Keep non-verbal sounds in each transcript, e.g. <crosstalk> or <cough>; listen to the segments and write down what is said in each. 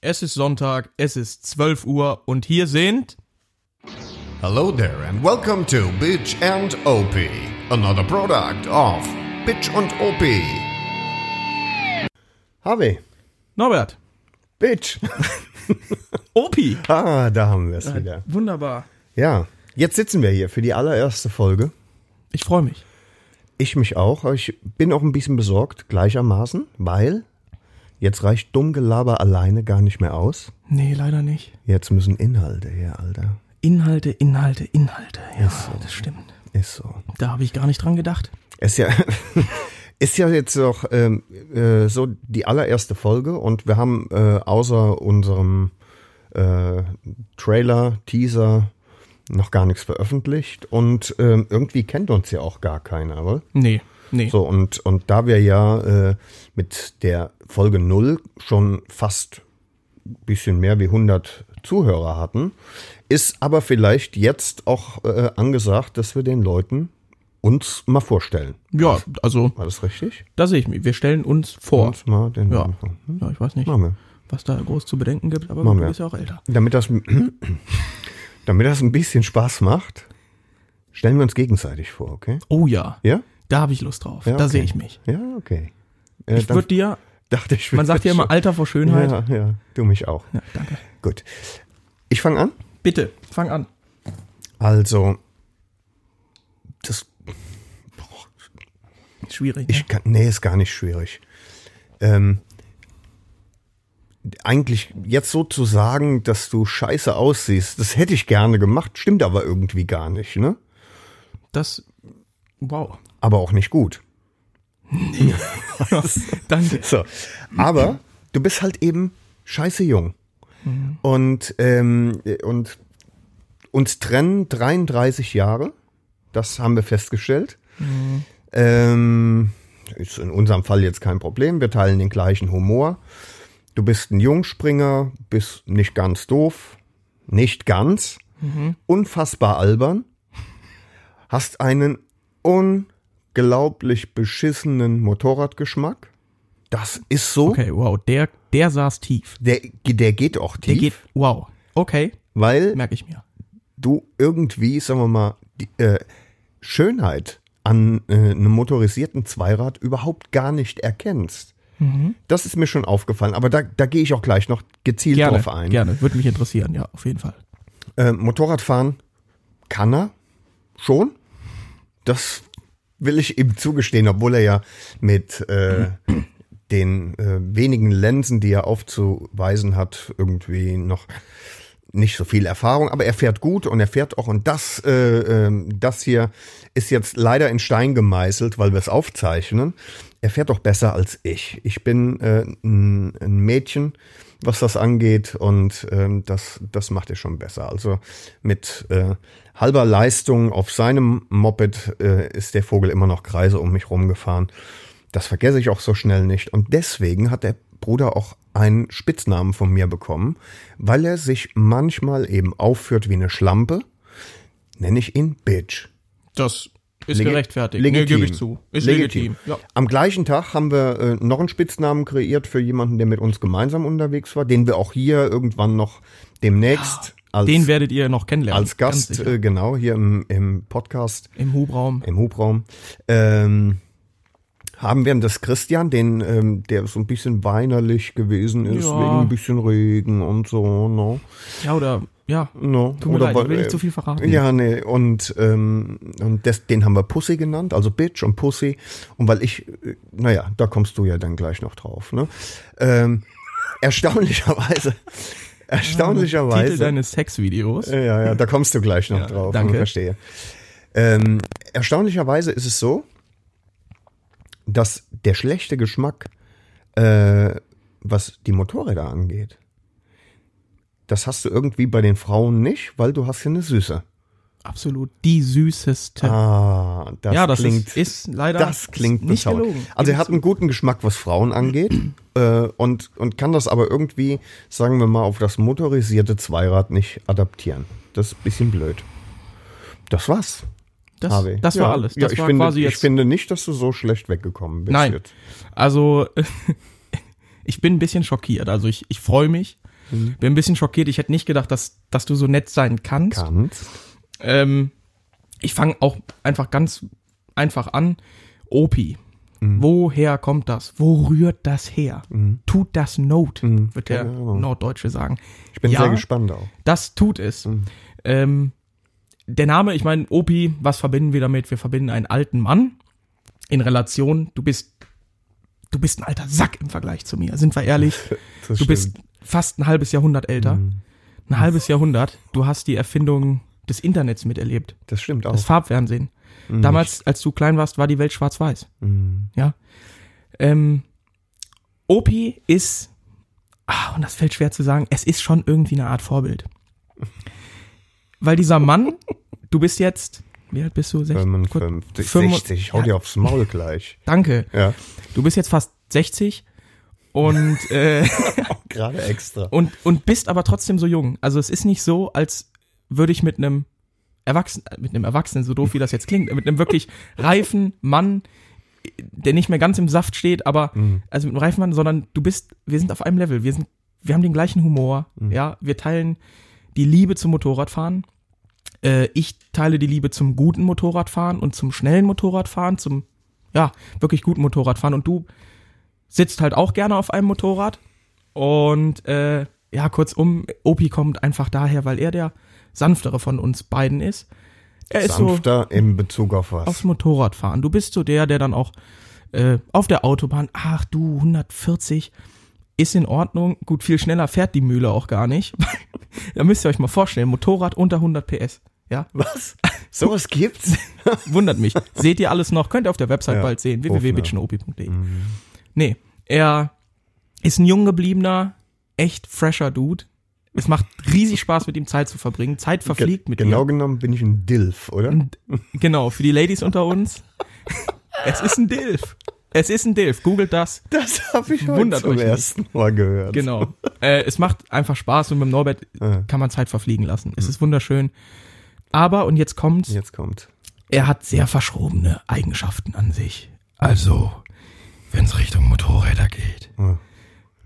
Es ist Sonntag, es ist 12 Uhr und hier sind Hello there and welcome to Bitch and OP, another product of Bitch and OP. Harvey, Norbert, Bitch. <laughs> Opi. Ah, da haben wir es wieder. Wunderbar. Ja, jetzt sitzen wir hier für die allererste Folge. Ich freue mich. Ich mich auch, aber ich bin auch ein bisschen besorgt gleichermaßen, weil jetzt reicht dumm Gelaber alleine gar nicht mehr aus. Nee, leider nicht. Jetzt müssen Inhalte her, Alter. Inhalte, Inhalte, Inhalte. Ja, das stimmt. Ist so. Da habe ich gar nicht dran gedacht. Ist ja, <laughs> ist ja jetzt auch ähm, äh, so die allererste Folge und wir haben äh, außer unserem äh, Trailer, Teaser noch gar nichts veröffentlicht und ähm, irgendwie kennt uns ja auch gar keiner, oder? Nee, nee. So, und, und da wir ja äh, mit der Folge 0 schon fast ein bisschen mehr wie 100 Zuhörer hatten, ist aber vielleicht jetzt auch äh, angesagt, dass wir den Leuten uns mal vorstellen. Ja, also, War das richtig? da sehe ich mich. Wir stellen uns vor. Uns mal den ja. Anfang. ja, ich weiß nicht, Machen wir. was da groß zu bedenken gibt, aber Machen du wir. bist ja auch älter. Damit das, <clears throat> damit das ein bisschen Spaß macht, stellen wir uns gegenseitig vor, okay? Oh ja, Ja? da habe ich Lust drauf. Ja, Da okay. sehe ich mich. Ja, okay. Äh, Ich würde dir, dachte ich, man sagt ja immer Alter vor Schönheit. Ja, ja, du mich auch. Ja, danke. Gut. Ich fange an. Bitte, fang an. Also, das, Schwierig. ne? ich kann, nee, ist gar nicht schwierig. Ähm, eigentlich jetzt so zu sagen, dass du scheiße aussiehst, das hätte ich gerne gemacht, stimmt aber irgendwie gar nicht, ne? Das, <laughs> wow. Aber auch nicht gut. Danke. So. Aber du bist halt eben scheiße jung. Und, ähm, und uns trennen 33 Jahre. Das haben wir festgestellt. Ähm, ist in unserem Fall jetzt kein Problem. Wir teilen den gleichen Humor. Du bist ein Jungspringer, bist nicht ganz doof, nicht ganz, unfassbar albern, hast einen unglaublich beschissenen Motorradgeschmack. Das ist so. Okay, wow, der, der saß tief. Der, der geht auch tief, Der geht, wow. Okay, weil merke ich mir. du irgendwie, sagen wir mal, die äh, Schönheit an äh, einem motorisierten Zweirad überhaupt gar nicht erkennst. Mhm. Das ist mir schon aufgefallen, aber da, da gehe ich auch gleich noch gezielt Gerne, drauf ein. gerne. Würde mich interessieren, ja, auf jeden Fall. Äh, Motorradfahren kann er schon. Das will ich ihm zugestehen, obwohl er ja mit äh, den äh, wenigen Lensen, die er aufzuweisen hat, irgendwie noch nicht so viel Erfahrung, aber er fährt gut und er fährt auch und das äh, ähm, das hier ist jetzt leider in Stein gemeißelt, weil wir es aufzeichnen. Er fährt doch besser als ich. Ich bin äh, ein, ein Mädchen, was das angeht und ähm, das das macht er schon besser. Also mit äh, halber Leistung auf seinem Moped äh, ist der Vogel immer noch Kreise um mich rumgefahren. Das vergesse ich auch so schnell nicht. Und deswegen hat der Bruder auch einen Spitznamen von mir bekommen, weil er sich manchmal eben aufführt wie eine Schlampe, nenne ich ihn Bitch. Das ist Legi- gerechtfertigt. Nee, Legitim. gebe ich zu. Ist legitim. Ja. Am gleichen Tag haben wir äh, noch einen Spitznamen kreiert für jemanden, der mit uns gemeinsam unterwegs war, den wir auch hier irgendwann noch demnächst Ah, als, Den werdet ihr noch kennenlernen. als ganz Gast, sicher. äh, genau, hier im, im Podcast Im Hubraum. im Hubraum. Ähm, haben wir das Christian, den, ähm, der so ein bisschen weinerlich gewesen ist, Ja. wegen ein bisschen Regen und so, ne? no. Ja, oder, ja. no. Tut mir leid, ich will nicht äh, zu viel verraten. Ja, nee, und, ähm, und das, den haben wir Pussy genannt, also Bitch und Pussy. Und weil ich, äh, naja, da kommst du ja dann gleich noch drauf, ne? Ähm, <laughs> erstaunlicherweise, Titel erstaunlicherweise. deines Sexvideos. Ja, ja, da kommst du gleich noch drauf. danke. Verstehe. Ähm, erstaunlicherweise ist es so, dass der schlechte Geschmack, äh, was die Motorräder angeht, das hast du irgendwie bei den Frauen nicht, weil du hast ja eine Süße. Absolut die süßeste. Ah, das, ja, das klingt ist, ist leider das klingt nicht bezaubernd. gelogen. Also er hat einen guten Geschmack, was Frauen angeht, <clears throat> äh, und und kann das aber irgendwie, sagen wir mal, auf das motorisierte Zweirad nicht adaptieren. Das ist ein bisschen blöd. Das war's. das, Harvey. das Ja. war alles. ja, Das ich war finde, quasi Ich jetzt finde nicht, dass du so schlecht weggekommen bist. Nein. Jetzt. <laughs> Also, ich bin ein bisschen schockiert. Also, ich, ich freue mich, Mhm. Bin ein bisschen schockiert. Ich hätte nicht gedacht, dass, dass du so nett sein kannst. Kannst. Ähm, ich fange auch einfach ganz einfach an. Opi. Mhm. Woher kommt das? Wo rührt das her? Tut das Not, wird der Mhm. keine Ahnung. Norddeutsche sagen. Ich bin sehr gespannt auch. Das tut es. Ähm, der Name, ich meine, Opi, was verbinden wir damit? Wir verbinden einen alten Mann in Relation, du bist, du bist ein alter Sack im Vergleich zu mir, sind wir ehrlich. Das du bist fast ein halbes Jahrhundert älter. Ein halbes Jahrhundert. Du hast die Erfindung des Internets miterlebt. Das stimmt Das auch. Farbfernsehen. Damals, als du klein warst, war die Welt schwarz-weiß. Ja. Ähm, Opi ist, ah, und das fällt schwer zu sagen, es ist schon irgendwie eine Art Vorbild. Weil dieser Mann, du bist jetzt, wie alt bist du? Sech- 55, Fünf- 60. Hau dir aufs Maul <laughs> gleich. Danke. Ja, Du bist jetzt fast 60 und, äh, gerade extra. und, und bist aber trotzdem so jung. Also es ist nicht so, als würde ich mit einem Erwachsenen, mit einem Erwachsenen, so doof wie das jetzt klingt, mit einem wirklich reifen Mann, der nicht mehr ganz im Saft steht, aber also mit einem reifen Mann, sondern du bist, wir sind auf einem Level, wir sind, wir haben den gleichen Humor, ja, wir teilen die Liebe zum Motorradfahren. Äh, ich teile die Liebe zum guten Motorradfahren und zum schnellen Motorradfahren, zum ja, wirklich guten Motorradfahren und du sitzt halt auch gerne auf einem Motorrad und äh, ja, kurzum, Opi kommt einfach daher, weil er der sanftere von uns beiden ist. Er ist so Sanfter im Bezug auf was. aufs Motorrad fahren. Du bist so der, der dann auch äh, auf der Autobahn, ach du, 140 ist in Ordnung. Gut, viel schneller fährt die Mühle auch gar nicht. <laughs> da müsst ihr euch mal vorstellen, Motorrad unter 100 PS. Ja, was? Sowas gibt's? wundert mich. <laughs> Seht ihr alles noch? Könnt ihr auf der Website Ja, bald sehen. hoffen wir. Mhm. www.bitchenopi.de Nee, er ist ein jung gebliebener, echt fresher Dude. Es macht riesig Spaß, mit ihm Zeit zu verbringen. Zeit verfliegt mit genau ihm. genommen bin ich ein <laughs> Dilf, oder? Genau, für die Ladies unter uns. <laughs> es ist ein Dilf. Es ist ein Dilf. Googelt das. Das habe ich heute Wundert euch zum nicht. ersten Mal gehört. Genau. äh, es macht einfach Spaß und mit dem Norbert kann man Zeit verfliegen lassen. Mhm. Es ist wunderschön. Aber, und jetzt kommt's, Jetzt kommt. er hat sehr verschrobene Eigenschaften an sich. Also, wenn es Richtung Motorräder geht. Ja.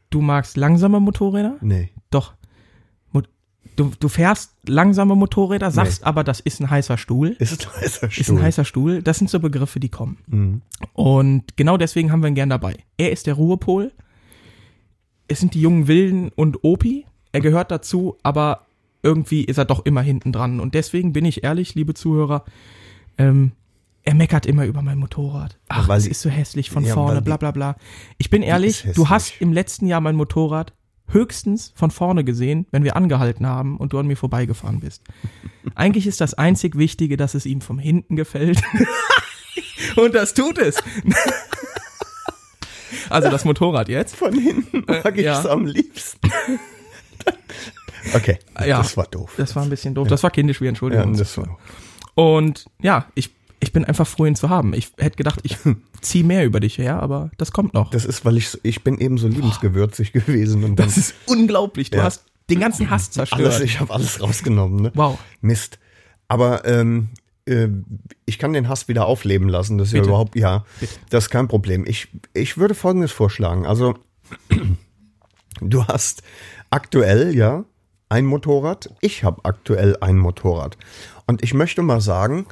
Du magst langsame Motorräder? Nee. Doch. Mo- Du, du fährst langsame Motorräder, sagst aber, das ist ein heißer Stuhl. Ist ein heißer Stuhl. Mhm. Ist ein heißer Stuhl. Das sind so Begriffe, die kommen. Und genau deswegen haben wir ihn gern dabei. Er ist der Ruhepol. Es sind die jungen Wilden und Opi. Er gehört dazu, aber irgendwie ist er doch immer hinten dran. Und deswegen bin ich ehrlich, liebe Zuhörer, ähm, er meckert immer über mein Motorrad. Ach, weil es die- ist so hässlich von Ja, weil vorne, die- bla bla bla. Ich bin ehrlich, ist du hässlich. hast im letzten Jahr mein Motorrad höchstens von vorne gesehen, wenn wir angehalten haben und du an mir vorbeigefahren <laughs> bist. Eigentlich ist das einzig Wichtige, dass es ihm von hinten gefällt. <laughs> Und das tut es. <laughs> Also das Motorrad jetzt. Von hinten mag ich ja. es am <laughs> liebsten. okay, Ja. das war doof. Das war ein bisschen doof. Das war kindisch, wir entschuldigen ja, uns. das war, Und ja, ich, ich bin einfach froh, ihn zu haben. Ich hätte gedacht, <laughs> ich zieh mehr über dich her, aber das kommt noch. das ist, weil ich so, ich bin eben so liebensgewürzig <laughs> gewesen und dann Das ist unglaublich. Du Ja. hast den ganzen Hass zerstört. alles, ich habe alles rausgenommen. Ne? Wow. Mist. Aber ähm, äh, ich kann den Hass wieder aufleben lassen. Das ist Bitte. ja überhaupt, ja, Bitte. das ist kein Problem. Ich, ich würde Folgendes vorschlagen. Also, <clears throat> du hast aktuell, ja, ein Motorrad. Ich habe aktuell ein Motorrad. Und ich möchte mal sagen,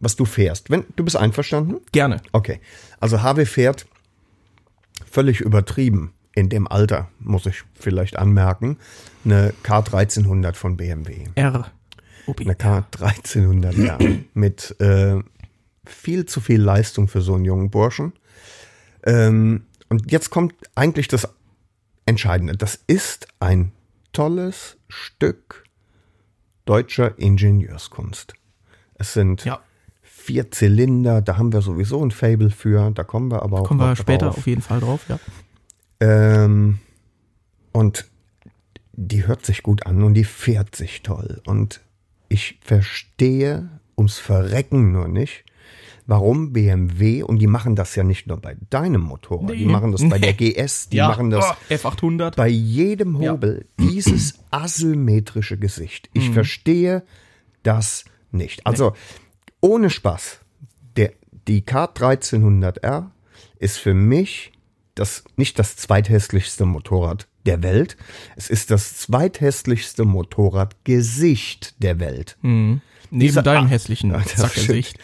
was du fährst. Wenn, du bist einverstanden? Gerne. Okay. Also HW fährt völlig übertrieben in dem Alter, muss ich vielleicht anmerken, eine K1300 von BMW. R. Opi. Eine K1300, ja. Mit äh, viel zu viel Leistung für so einen jungen Burschen. Ähm, und jetzt kommt eigentlich das Entscheidende. Das ist ein tolles Stück deutscher Ingenieurskunst. Es sind Ja. vier Zylinder, da haben wir sowieso ein Fable für, da kommen wir aber auch Kommen noch wir später drauf. auf jeden Fall drauf, ja. Ähm, und die hört sich gut an und die fährt sich toll. Und ich verstehe ums Verrecken nur nicht, warum BMW, und die machen das ja nicht nur bei deinem Motorrad, die Nee. machen das bei der GS, die ja. machen das Oh, F800. bei jedem Hobel dieses asymmetrische Gesicht. Mhm. Ich verstehe das nicht. Also ohne Spaß, der, die K1300R ist für mich das nicht das zweithässlichste Motorrad der Welt. Es ist das zweithässlichste Motorradgesicht der Welt. Mhm. Neben Diese- deinem ah, hässlichen ja, <laughs> das Sackgesicht.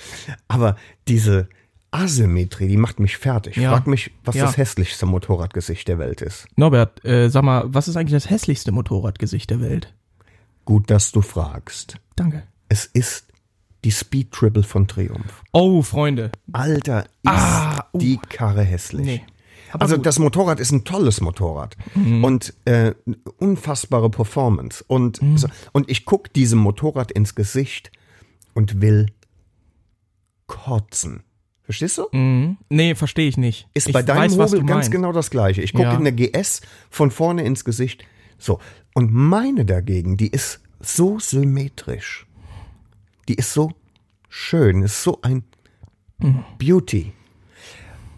Aber diese Asymmetrie, die macht mich fertig. Ja. Frag mich, was Ja. das hässlichste Motorradgesicht der Welt ist. Norbert, äh, sag mal, was ist eigentlich das hässlichste Motorradgesicht der Welt? Gut, dass du fragst. Danke. Es ist die Speed Triple von Triumph. Oh, Freunde. Alter, ist die Karre hässlich. Ah, uh. Nee. Aber Also gut. Mhm. das Motorrad ist ein tolles Motorrad und äh, unfassbare Performance und Mhm. so, und ich guck diesem Motorrad ins Gesicht und will kotzen. Verstehst du? Mhm. Nee, verstehe ich nicht. Ist ich bei deinem weiß, was Hobel du ganz meinst. genau das gleiche. Ich gucke Ja. in der GS von vorne ins Gesicht. So. Und meine dagegen, die ist so symmetrisch. Die ist so schön. Ist so ein Hm. Beauty.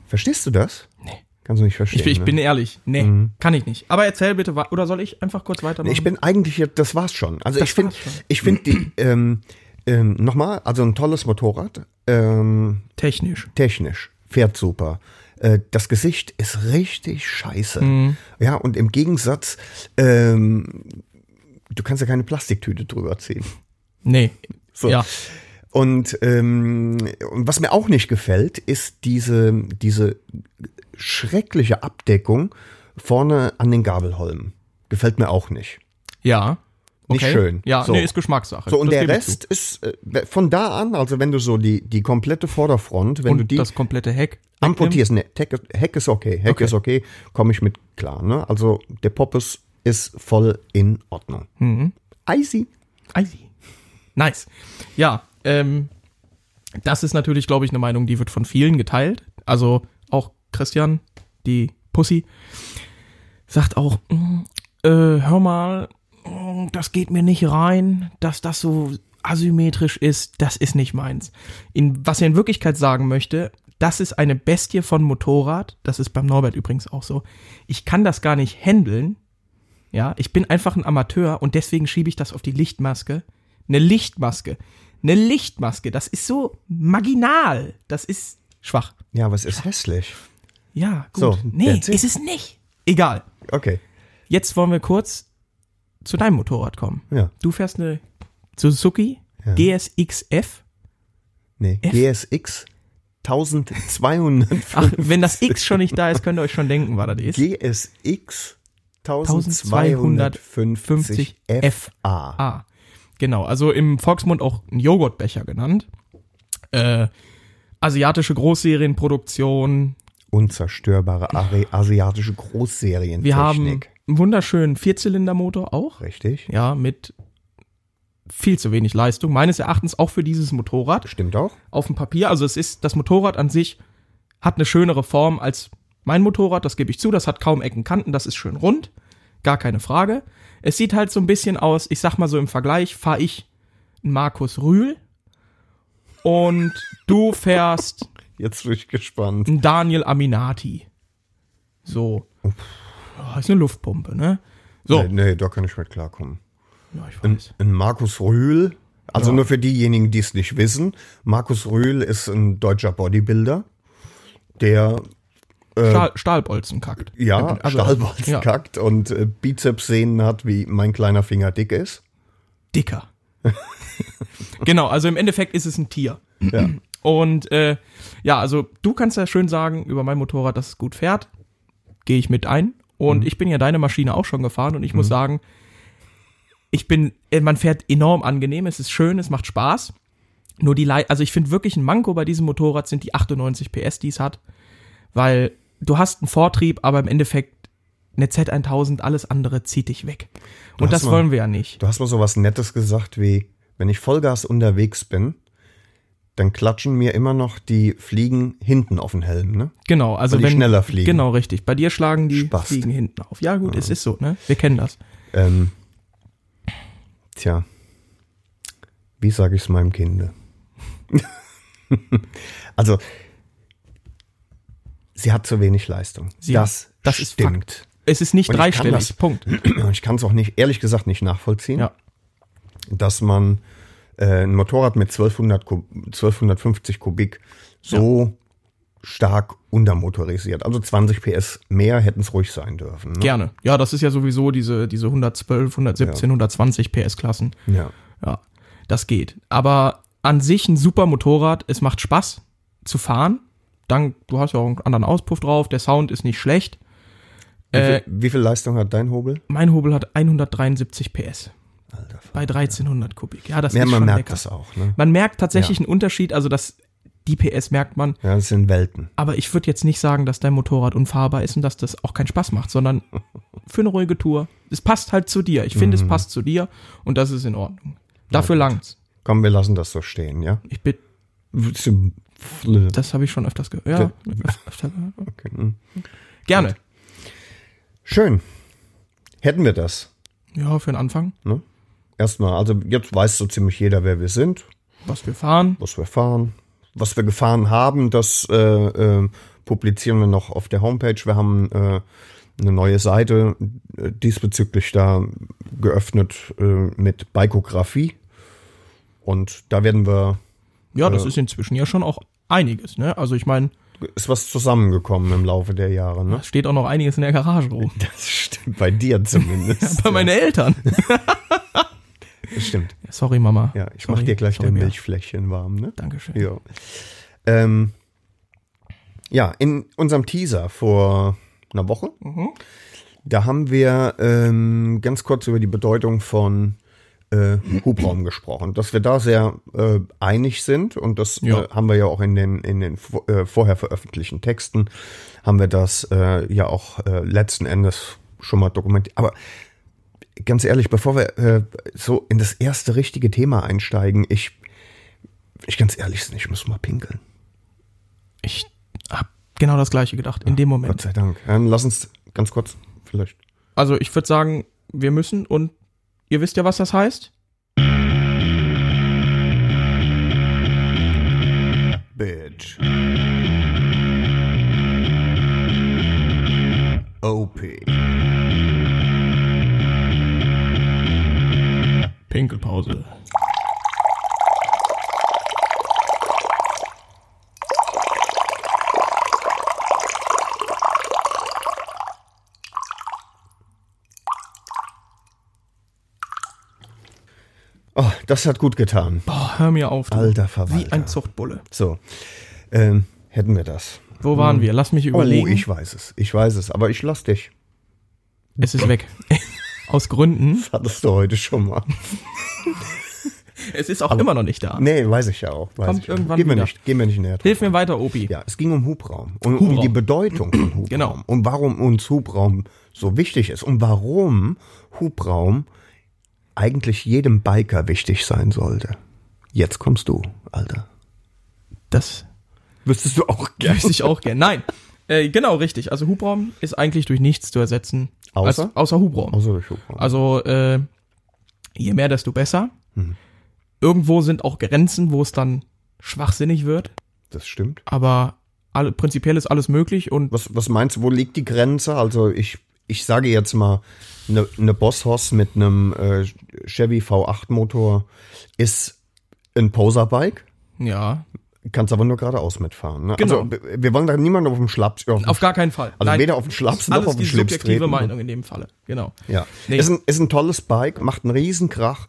Verstehst du das? Nee. Kannst du nicht verstehen. Ich, bin- ich ne? Mhm. bin ehrlich. Nee, kann ich nicht. Aber erzähl bitte, wa- oder soll ich einfach kurz weitermachen? Ich bin eigentlich, jetzt- das war's schon. Also ich finde, war's schon. ich finde die, ähm, ähm, nochmal, also ein tolles Motorrad, ähm, technisch. technisch, fährt super. Äh, Das Gesicht ist richtig scheiße. Mhm. Ja, und im Gegensatz, ähm, du kannst ja keine Plastiktüte drüber ziehen. Nee. So. Ja. Und, ähm, und was mir auch nicht gefällt, ist diese, diese schreckliche Abdeckung vorne an den Gabelholmen. Gefällt mir auch nicht. Ja. Nicht schön. Ja, So. nee, ist Geschmackssache. So, und Das der gebe ich Rest ist äh, von da an, also wenn du so die, die komplette Vorderfront, zu. wenn du Und die das komplette Heck. amputierst, ne, Heck, Heck ist okay, Heck Okay. ist okay, komme ich mit klar, ne? Also der Poppes ist voll in Ordnung. Mhm. Easy. Easy. Nice. Ja, ähm, das ist natürlich, glaube ich, eine Meinung, die wird von vielen geteilt. Also auch Christian, die Pussy, sagt auch, "Mm, äh, hör mal, mm, das geht mir nicht rein, dass das so asymmetrisch ist, das ist nicht meins. In, was er in Wirklichkeit sagen möchte, das ist eine Bestie von Motorrad, das ist beim Norbert übrigens auch so. Ich kann das gar nicht handeln, ja, ich bin einfach ein Amateur und deswegen schiebe ich das auf die Lichtmaske. Eine Lichtmaske. Eine Lichtmaske, das ist so marginal. Das ist schwach. Ja, was ist hässlich? Ja, gut. So, nee, that's it. ist es nicht. Egal. Okay. Jetzt wollen wir kurz zu deinem Motorrad kommen. Ja. Du fährst eine Suzuki Ja. <laughs> GSX-F. Nee, GSX <laughs> 1205. Ach, wenn das X schon nicht da ist, könnt ihr euch schon denken, was das ist. GSX 1250 FA. Ah, genau. Also im Volksmund auch ein Joghurtbecher genannt. Äh, asiatische Großserienproduktion. Unzerstörbare Ari- asiatische Großserien. Wir haben einen wunderschönen Vierzylindermotor auch. Richtig. Ja, mit viel zu wenig Leistung. Meines Erachtens auch für dieses Motorrad Stimmt auch. auf dem Papier. Also es ist, das Motorrad an sich hat eine schönere Form als mein Motorrad, das gebe ich zu. Das hat kaum Ecken, Kanten, das ist schön rund. Gar keine Frage. Es sieht halt so ein bisschen aus, ich sag mal so im Vergleich, fahre ich einen Markus Rühl und du fährst Jetzt bin ich gespannt. einen Daniel Aminati. So. Ja, ist eine Luftpumpe, ne? So. Nee, nee, da kann ich mit klarkommen. Ja, ich weiß. Ein Markus Rühl, also nur für diejenigen, die es nicht wissen, Markus Rühl ist ein deutscher Bodybuilder, der Stahl, Stahlbolzen kackt. ja Also, Stahlbolzen ja, kackt und äh, Bizepssehnen hat, wie mein kleiner Finger dick ist. Dicker. <laughs> genau, also im Endeffekt ist es ein Tier. Ja. Und äh, ja, also du kannst ja schön sagen über mein Motorrad, dass es gut fährt. Gehe ich mit ein. Und Mhm. ich bin ja deine Maschine auch schon gefahren und ich muss sagen, ich bin, äh, man fährt enorm angenehm, es ist schön, es macht Spaß. Nur die Lei also ich finde wirklich ein Manko bei diesem Motorrad sind die 98 PS, die es hat. Weil du hast einen Vortrieb, aber im Endeffekt eine Z1000, alles andere zieht dich weg. Und hast das mal- wollen wir ja nicht. Du hast mal so was Nettes gesagt wie, wenn ich Vollgas unterwegs bin, dann klatschen mir immer noch die Fliegen hinten auf den Helm, ne? Genau, also Weil die wenn schneller fliegen. Ah. Genau, richtig. Bei dir schlagen die Spast. Fliegen hinten auf. Ja, gut, es ist so, ne? Wir kennen das. Ähm, tja, wie sage ich es meinem Kinde? <laughs> also, sie hat zu wenig Leistung. Sie- das, das ist stimmt. Es ist nicht Und ich kann das. dreistellig. Punkt. ich kann es auch nicht, ehrlich gesagt, nicht nachvollziehen, Ja. dass man äh, ein Motorrad mit 1200 Kub, 1250 Kubik so stark untermotorisiert. Also 20 PS mehr hätten es ruhig sein dürfen. Ne? Gerne. Ja, das ist ja sowieso diese, diese 112, 117, 120 PS-Klassen. Ja. Ja, das geht. Aber an sich ein super Motorrad. Es macht Spaß zu fahren. Dann, du hast ja auch einen anderen Auspuff drauf. Der Sound ist nicht schlecht. Wie, Äh, viel, wie viel Leistung hat dein Hobel? mein Hobel hat 173 PS Alter, bei 1300 Kubik. Ja, das ja, ist man schon merkt lecker. das auch. Ne? Man merkt tatsächlich einen Unterschied. Also das, die PS merkt man. Ja, das sind Welten. Aber ich würde jetzt nicht sagen, dass dein Motorrad unfahrbar ist und dass das auch keinen Spaß macht, sondern für eine ruhige Tour. Es passt halt zu dir. Ich finde, Mhm. es passt zu dir und das ist in Ordnung. Dafür langt's. Komm, wir lassen das so stehen, ja? Ich bin, das habe ich schon öfters gehört. Ja, öfter gehört. Gerne. Schön. Hätten wir das. Ja, für den Anfang. Erstmal, also jetzt weiß so ziemlich jeder, wer wir sind, Was wir fahren. was wir fahren, was wir gefahren haben. Das äh, äh, publizieren wir noch auf der Homepage. Wir haben äh, eine neue Seite äh, diesbezüglich da geöffnet äh, mit Bikografie. Und da werden wir, Ja, das ist inzwischen ja schon auch einiges. Ne? Also ich meine, ist was zusammengekommen im Laufe der Jahre. Ne? es steht auch noch einiges in der Garage <laughs> rum. Das stimmt, <laughs> bei dir zumindest. Bei meinen Eltern. <laughs> Das stimmt. Sorry, Mama. Ja, ich Sorry. mach dir gleich Sorry, dein Bea. Milchfläschchen warm, ne? Dankeschön. Ja. Ähm, ja, in unserem Teaser vor einer Woche, da haben wir ähm, ganz kurz über die Bedeutung von äh, Hubraum gesprochen, dass wir da sehr äh, einig sind und das Ja. äh, haben wir ja auch in den, in den vo- äh, vorher veröffentlichten Texten, haben wir das äh, ja auch äh, letzten Endes schon mal dokumentiert. Aber ganz ehrlich, bevor wir äh, so in das erste richtige Thema einsteigen, ich, ich ganz ehrlich sein, ich muss mal pinkeln. Ich habe genau das gleiche gedacht in dem Moment. Gott sei Dank. Dann lass uns ganz kurz vielleicht. Also ich würde sagen, wir müssen und ihr wisst ja, was das heißt. Bitch. OP. Pinkelpause. Oh, das hat gut getan. Boah, hör mir auf. Du. Alter Verwalter. Wie ein Zuchtbulle. So, ähm, hätten wir das. Wo waren wir? Lass mich überlegen. Oh, ich weiß es. Ich weiß es, aber ich lass dich. es ist <laughs> weg. Aus Gründen. Das hattest du heute schon mal. Es ist auch immer noch nicht da. Nee, weiß ich ja auch. Weiß Kommt ich ja. irgendwann gehen wir wieder. nicht, Gehen wir nicht näher drauf. Hilf mir weiter, Opi. Ja, es ging um Hubraum und um Hubraum. die Bedeutung von Hubraum Genau. und warum uns Hubraum so wichtig ist und warum Hubraum eigentlich jedem Biker wichtig sein sollte. Jetzt kommst du, Alter. Das Wüsstest du auch gerne. wüsste ich auch gern. Nein. Äh, genau, richtig. Also Hubraum ist eigentlich durch nichts zu ersetzen. Außer? Als, außer Hubraum. Außer durch Hubraum. Also äh, je mehr, desto besser. Hm. Irgendwo sind auch Grenzen, wo es dann schwachsinnig wird. das stimmt. aber alle, prinzipiell ist alles möglich und Was, was meinst du, wo liegt die Grenze? Also ich, ich sage jetzt mal, eine ne Boss-Hoss mit einem äh, Chevy V8-Motor ist ein Poserbike. ja, Kannst aber nur geradeaus mitfahren. Ne? Genau. Also, b- wir wollen da niemanden auf dem Schlaps. Auf, auf gar keinen Fall. also weder auf den Schlaps noch alles auf den die Schlips subjektive treten. Meinung in dem Falle. Genau. Ja. Nee. Ist, ein, ist ein tolles Bike, macht einen Riesenkrach,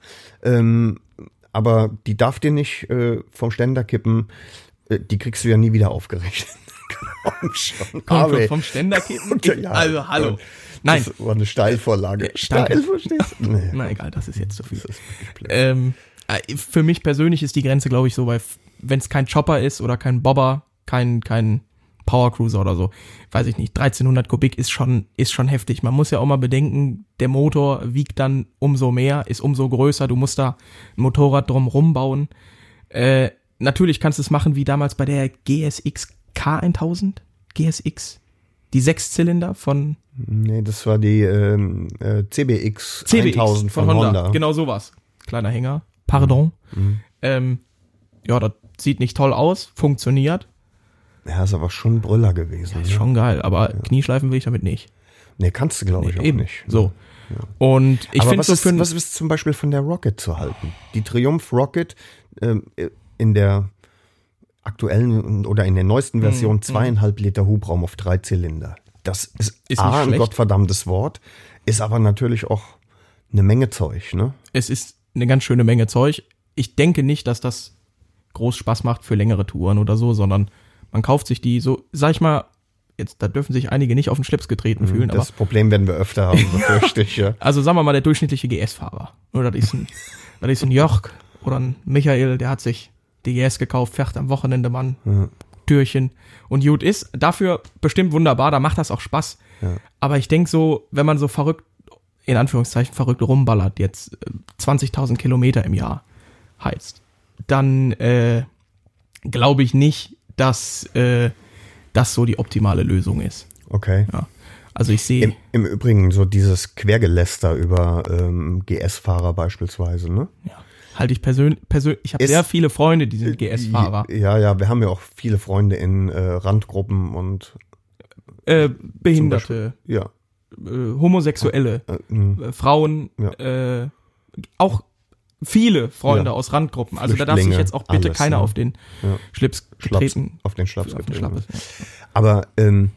ähm, aber die darf dir nicht äh, vom Ständer kippen. Äh, die kriegst du ja nie wieder aufgerechnet. <laughs> Komm schon. Komm Harvey. schon vom Ständer kippen. <laughs> Gute Jahre. Also hallo. Nein, Äh, Das war eine Steilvorlage. danke. verstehst du? Nee. na egal, das ist jetzt zu viel. Ähm, äh, für mich persönlich ist die Grenze, glaube ich, so bei wenn es kein Chopper ist oder kein Bobber, kein kein Powercruiser oder so, weiß ich nicht. 1300 Kubik ist schon ist schon heftig. Man muss ja auch mal bedenken, der Motor wiegt dann umso mehr, ist umso größer. Du musst da ein Motorrad drum rumbauen. Äh, natürlich kannst du es machen wie damals bei der GSX K1000, GSX, die Sechszylinder von nee, das war die ähm, äh, CBX, CBX 1000 von, Honda. Genau sowas. Kleiner Hänger. Pardon. Mhm. Ähm, ja, das sieht nicht toll aus, funktioniert. Ja, ist aber schon ein Brüller gewesen. Ist ne? schon geil, aber Knieschleifen will ich damit nicht. Nee, kannst du, glaube ich, auch Eben. nicht. ne? So. Und ich aber finde was, so ist, für ein- was ist zum Beispiel von der Rocket zu halten? Die Triumph Rocket ähm, in der aktuellen oder in der Mhm, neuesten Version zweieinhalb Liter Hubraum auf drei Zylinder. Das ist, Ist nicht A, ein schlecht. gottverdammtes Wort, ist aber natürlich auch eine Menge Zeug, ne? Es ist eine ganz schöne Menge Zeug. Ich denke nicht, dass das groß Spaß macht für längere Touren oder so, sondern man kauft sich die so, sag ich mal, jetzt, da dürfen sich einige nicht auf den Schlips getreten fühlen, aber Das Problem werden wir öfter haben, befürchte <laughs> ich, ja. Also sagen wir mal, der durchschnittliche GS-Fahrer. Oder das ist ein, das ist ein Jörg oder ein Michael, der hat sich die GS gekauft, fährt am Wochenende Mann, Türchen. Und gut ist dafür bestimmt wunderbar, da macht das auch Spaß. Aber ich denke so, wenn man so verrückt, in Anführungszeichen verrückt rumballert, jetzt äh, 20.000 Kilometer im Jahr heizt, dann äh, glaube ich nicht, dass äh, das so die optimale Lösung ist. Okay. Ja. Also ich sehe. Im, Im Übrigen so dieses Quergeläster über ähm, GS-Fahrer beispielsweise, ne? Ja. Halte ich persönlich, persönlich ich habe Ist- sehr viele Freunde, die Äh, sind GS-Fahrer. Ja, ja, wir haben ja auch viele Freunde in äh, Randgruppen und Äh, Behinderte, ja, äh, Homosexuelle, äh, Frauen, äh, auch viele Freunde Ja. aus Randgruppen. Also da darf sich Flüchtlinge, jetzt auch bitte alles, keiner ne? auf den Ja. Schlips Schlaps, treten. auf den Schlaps Auf den getreten. Schlappes. Aber ähm,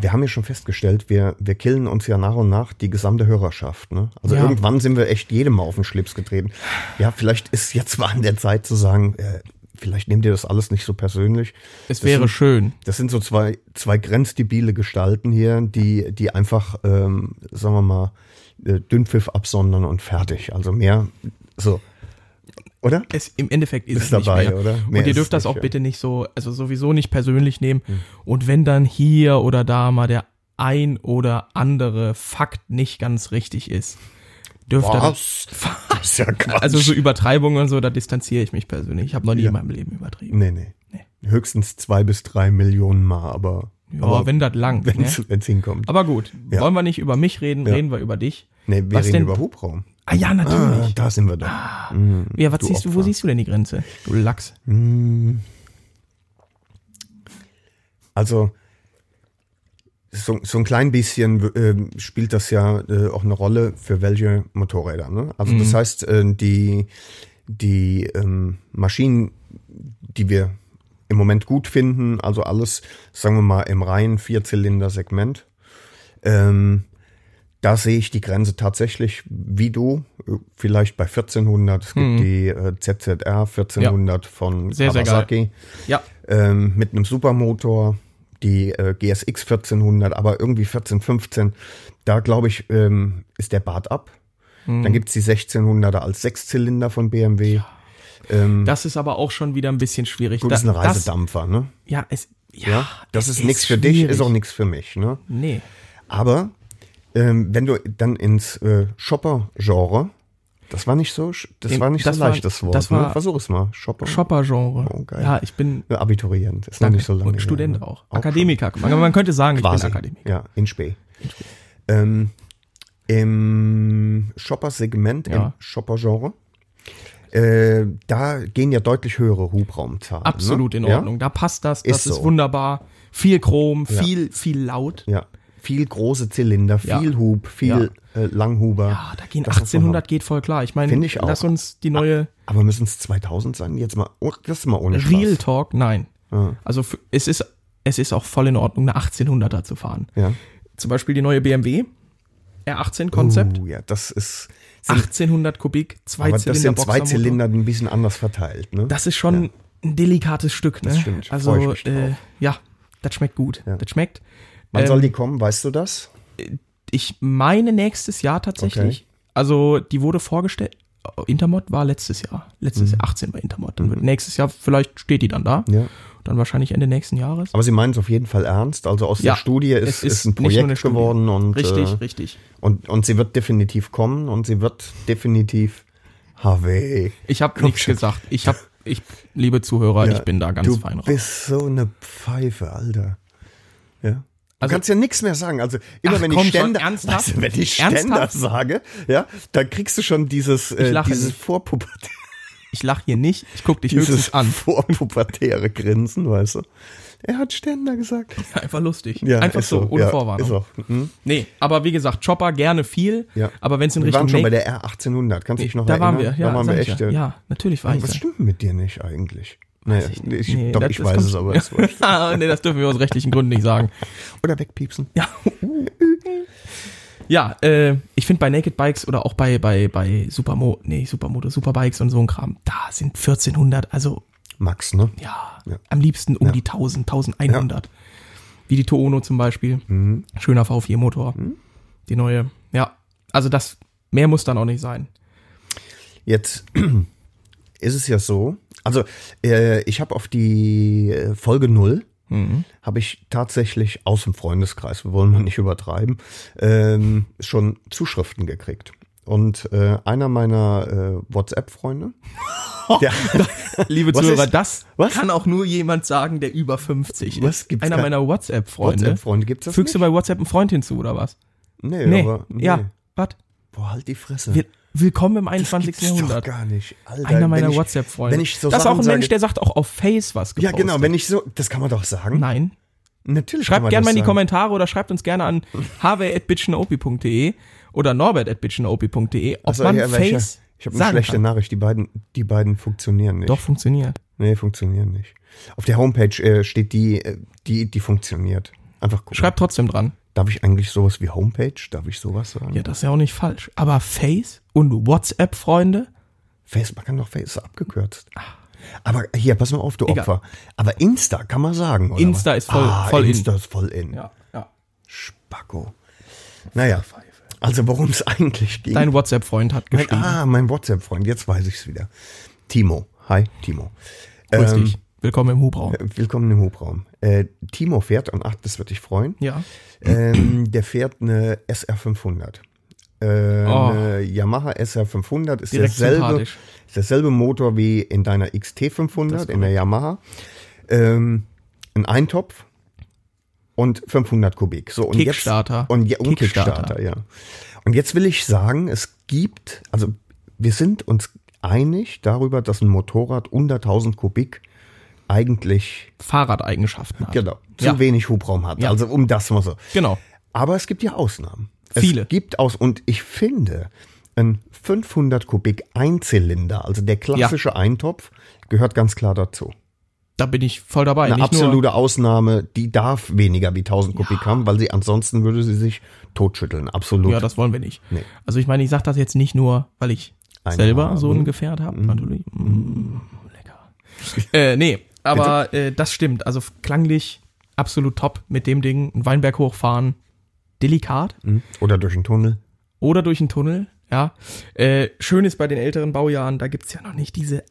wir haben ja schon festgestellt, wir, wir killen uns ja nach und nach die gesamte Hörerschaft. Ne? Also Ja. irgendwann sind wir echt jedem mal auf den Schlips getreten. Ja, vielleicht ist jetzt mal an der Zeit zu sagen, äh, vielleicht nehmt ihr das alles nicht so persönlich. Es wäre schön. Das sind so zwei, zwei grenzdebile Gestalten hier, die, die einfach, ähm, sagen wir mal, äh, Dünnpfiff absondern und fertig. Also mehr so. Oder? Es, Im Endeffekt ist, Ist es nicht dabei, mehr. oder? Mehr und ihr ist es dürft das nicht, auch ja. bitte nicht so, also sowieso nicht persönlich nehmen. Und wenn dann hier oder da mal der ein oder andere Fakt nicht ganz richtig ist, dürft ihr Was? Das ist ja Quatsch. Also <laughs> so Übertreibungen und so, da distanziere ich mich persönlich. Ich habe noch nie in meinem Leben übertrieben. nee, nee, Höchstens zwei bis drei Millionen Mal, aber, Ja, aber wenn das lang. wenn Ne? es wenn's hinkommt. Aber gut, Ja. wollen wir nicht über mich reden, Ja. reden wir über dich. nee, wir was reden denn? über Hubraum. Ah ja, Ah, natürlich. da sind wir doch. ja, was siehst du, wo Ah, Opfer. Hm. siehst du denn die Grenze? Du Lachs. Also so, so ein klein bisschen ähm, spielt das ja äh, auch eine Rolle für welche Motorräder. Ne? Also Mhm. das heißt, äh, die, die ähm, Maschinen, die wir im Moment gut finden, also alles, sagen wir mal, im reinen Vierzylinder-Segment, ähm, da sehe ich die Grenze tatsächlich, wie du, äh, vielleicht bei 1400, es gibt die äh, ZZR 1400 von Mhm. Sehr, sehr geil. Kawasaki Ja, ähm, mit einem Supermotor, die äh, GSX 1400, aber irgendwie 1415. Da glaube ich, ähm, ist der Bart ab. Dann Mhm. gibt's die 1600er als Sechszylinder von BMW. Ähm, das ist aber auch schon wieder ein bisschen schwierig. gut, Da- das ist ein das- Reisedampfer, ne? Ja, es, ja, Ja, das es ist nichts für dich, ist schwierig. auch nichts für mich, ne? Nee. Aber ähm, wenn du dann ins äh, Shopper-Genre, das war nicht so, sch- das Den- war nicht das so war- leicht, das Wort. das ne? war- Versuch es mal. Shopper. Shopper-Genre. Oh, geil. ja, ich bin Äh, Abiturient, ist noch danke, nicht so lange. und her, Student ne? auch. schon. Akademiker. Man, man könnte sagen, Quasi. ich bin Akademiker. Ja, in Spee. Ähm, Im Shopper-Segment, im Ja. Shopper-Genre, äh, da gehen ja deutlich höhere Hubraumzahlen. Absolut ne? in Ordnung. Da passt das, das Ist ist, so. wunderbar. Viel Chrom, viel, viel laut. Ja? ja. Viel große Zylinder, Ja. viel Hub, viel äh, Langhuber. Ja, Ah, da gehen Das muss man 1800 geht voll klar. Ich meine, Finde ich auch. lass uns die neue haben. Aber müssen es 2000 sein? Jetzt mal, oh, das ist mal ohne Spaß. Real Talk, nein. Also f- es ist, es ist auch voll in Ordnung, eine 1800er zu fahren. Ja. Zum Beispiel die neue BMW R18 Konzept. Uh, ja, das ist. Oh. Sind, 1800 Kubik, zwei aber das Zylinder sind zwei Boxermotor. Zylinder ein bisschen anders verteilt. Ne? Das ist schon ein delikates Stück, ne? stimmt. Also, Freu ich mich äh, drauf. ja, das schmeckt gut. Das schmeckt. Wann ähm, soll die kommen? Weißt du das? Ich meine nächstes Jahr tatsächlich. Also die wurde vorgestellt. äh, Intermod war letztes Jahr. Letztes Jahr 18 bei Intermod. Dann wird nächstes Jahr, vielleicht steht die dann da. Mhm. Ja. Dann wahrscheinlich Ende nächsten Jahres. Aber Sie meinen es auf jeden Fall ernst. Also aus der Studie es ist, ist ein nicht nur Projekt eine Studie. geworden und richtig, äh, richtig. Und, und sie wird definitiv kommen und sie wird definitiv HW. Ich habe nichts schon. gesagt. Ich <laughs> habe, ich, liebe Zuhörer, ich bin da ganz du fein raus. bist so eine Pfeife, Alter. Ja. Du Also- kannst ja nichts mehr sagen. Also immer Ach, wenn, ich komm schon, Ständer, ernsthaft? <laughs> Weißt du, wenn ich Ständer Ernsthaft? sage, ja, dann kriegst du schon dieses, äh, lache dieses, nicht. Vorpubert Ich lache hier nicht. Ich gucke dich dieses höchstens an. <laughs> vorpubertäre Grinsen, weißt du. Er hat Ständer gesagt. Einfach lustig. Ja, Einfach ist so, ohne ja, Vorwarnung. Ist auch. Mhm. Nee, aber wie gesagt, Chopper gerne viel. Ja. Aber wenn es in Wir Richtung waren schon bei Make- der R1800. Kannst du dich noch da erinnern? waren wir, ja, da waren sag wir ich echt. ja. äh, ja, natürlich war ich Was da. stimmt mit dir nicht eigentlich? Naja, ich ich, nicht. ich, Nee, doch, das- ich das weiß kommt- <laughs> es, aber es war, Ah, nee, das dürfen wir aus rechtlichen Gründen nicht sagen. Oder wegpiepsen. Ja, ja äh, ich finde bei Naked Bikes oder auch bei, bei, bei Supermo, nee, Supermoto, Superbikes und so ein Kram, da sind 1400, also Max, ne? ja, Ja. am liebsten um die 1000, 1100. Wie die Toono zum Beispiel. Mhm. Schöner V4-Motor. Die neue. Ja, also das, mehr muss dann auch nicht <laughs> sein. Jetzt <clears throat> ist es ja so, also äh, ich habe auf die äh, Folge 0 Mhm. habe ich tatsächlich aus dem Freundeskreis, wir wollen mal nicht übertreiben, ähm, schon Zuschriften gekriegt. Und äh, einer meiner äh, WhatsApp-Freunde, <laughs> der, Liebe Was Zuhörer, ist- das was? kann auch nur jemand sagen, der über 50 Was ist. gibt's Einer da- meiner WhatsApp-Freunde. WhatsApp-Freunde gibt es das Fügst du nicht? bei WhatsApp einen Freund hinzu oder was? Nee, Nee, aber nee. ja, was? Boah, halt die Fresse. Will- Willkommen im Das 21. gibt's doch Jahrhundert. gar nicht. Alter, Einer meiner wenn ich- WhatsApp-Freunde. Wenn ich so das ist Sachen auch ein sage, Mensch, der sagt auch auf Face was Ja, gepostet. genau, wenn ich so, das kann man doch sagen. Nein. Natürlich kann Schreibt man gerne das äh, mal in die sagen. Kommentare oder schreibt uns gerne <laughs> an harvey.bitchenopi.de oder norbert.bitchenopi.de, ob Also, man ja, welche- Face ich habe eine sagen schlechte kann. Nachricht, die beiden, die beiden funktionieren nicht. Doch, funktioniert. Nee, funktionieren nicht. Auf der Homepage äh, steht die, äh, die, die funktioniert. Einfach gucken. Schreibt trotzdem dran. Darf ich eigentlich sowas wie Homepage? Darf ich sowas sagen? Ja, das ist ja auch nicht falsch. Aber Face und WhatsApp-Freunde? Face, man kann doch Face abgekürzt. Ah. Aber hier, pass mal auf, du Opfer. Aber Insta kann man sagen, oder? Insta was? ist voll- ah, voll in. Insta ist voll in. Ja, ja. Spacko. Naja, also worum es eigentlich ging. Dein WhatsApp-Freund hat mein, geschrieben. ah, mein WhatsApp-Freund, jetzt weiß ich's wieder. Timo. Hi, Timo. Grüß Ähm, dich. Willkommen im Hubraum. Willkommen im Hubraum. Äh, Timo fährt, und ach, das wird dich freuen, Ja. ähm, der fährt eine SR500. Äh, Oh. Eine Yamaha SR500 ist Direkt derselbe, sympathisch. ist derselbe Motor wie in deiner XT500, in der Yamaha. Ähm, ein Eintopf und 500 Kubik. So, und Kickstarter. Jetzt, und, ja, und Kickstarter. Kickstarter, ja. Und jetzt will ich sagen, es gibt, also wir sind uns einig darüber, dass ein Motorrad unter 1000 Kubik eigentlich Fahrradeigenschaften hat. Genau. Zu Also, Ja. wenig Hubraum hat. Ja. Also um das mal so. Genau. Aber es gibt ja Ausnahmen. Viele. Es gibt aus und ich finde ein 500 Kubik Einzylinder, also der klassische Eintopf, gehört ganz klar dazu. Da bin ich voll dabei. Eine Äh, Nicht nur- absolute Ausnahme, die darf weniger wie 1000 Kubik haben, weil sie ansonsten würde sie sich totschütteln. Absolut. Ja, das wollen wir nicht. Nee. Also ich meine, ich sage das jetzt nicht nur, weil ich Eine Mhm. selber habe. so ein Gefährt habe, natürlich. Mm, lecker. äh, nee, aber äh, das stimmt. Also klanglich absolut top mit dem Ding. Einen Weinberg hochfahren, delikat. Hm? Oder durch den Tunnel. Oder durch einen Tunnel, ja. Äh, schön ist bei den älteren Baujahren, da gibt's ja noch nicht diese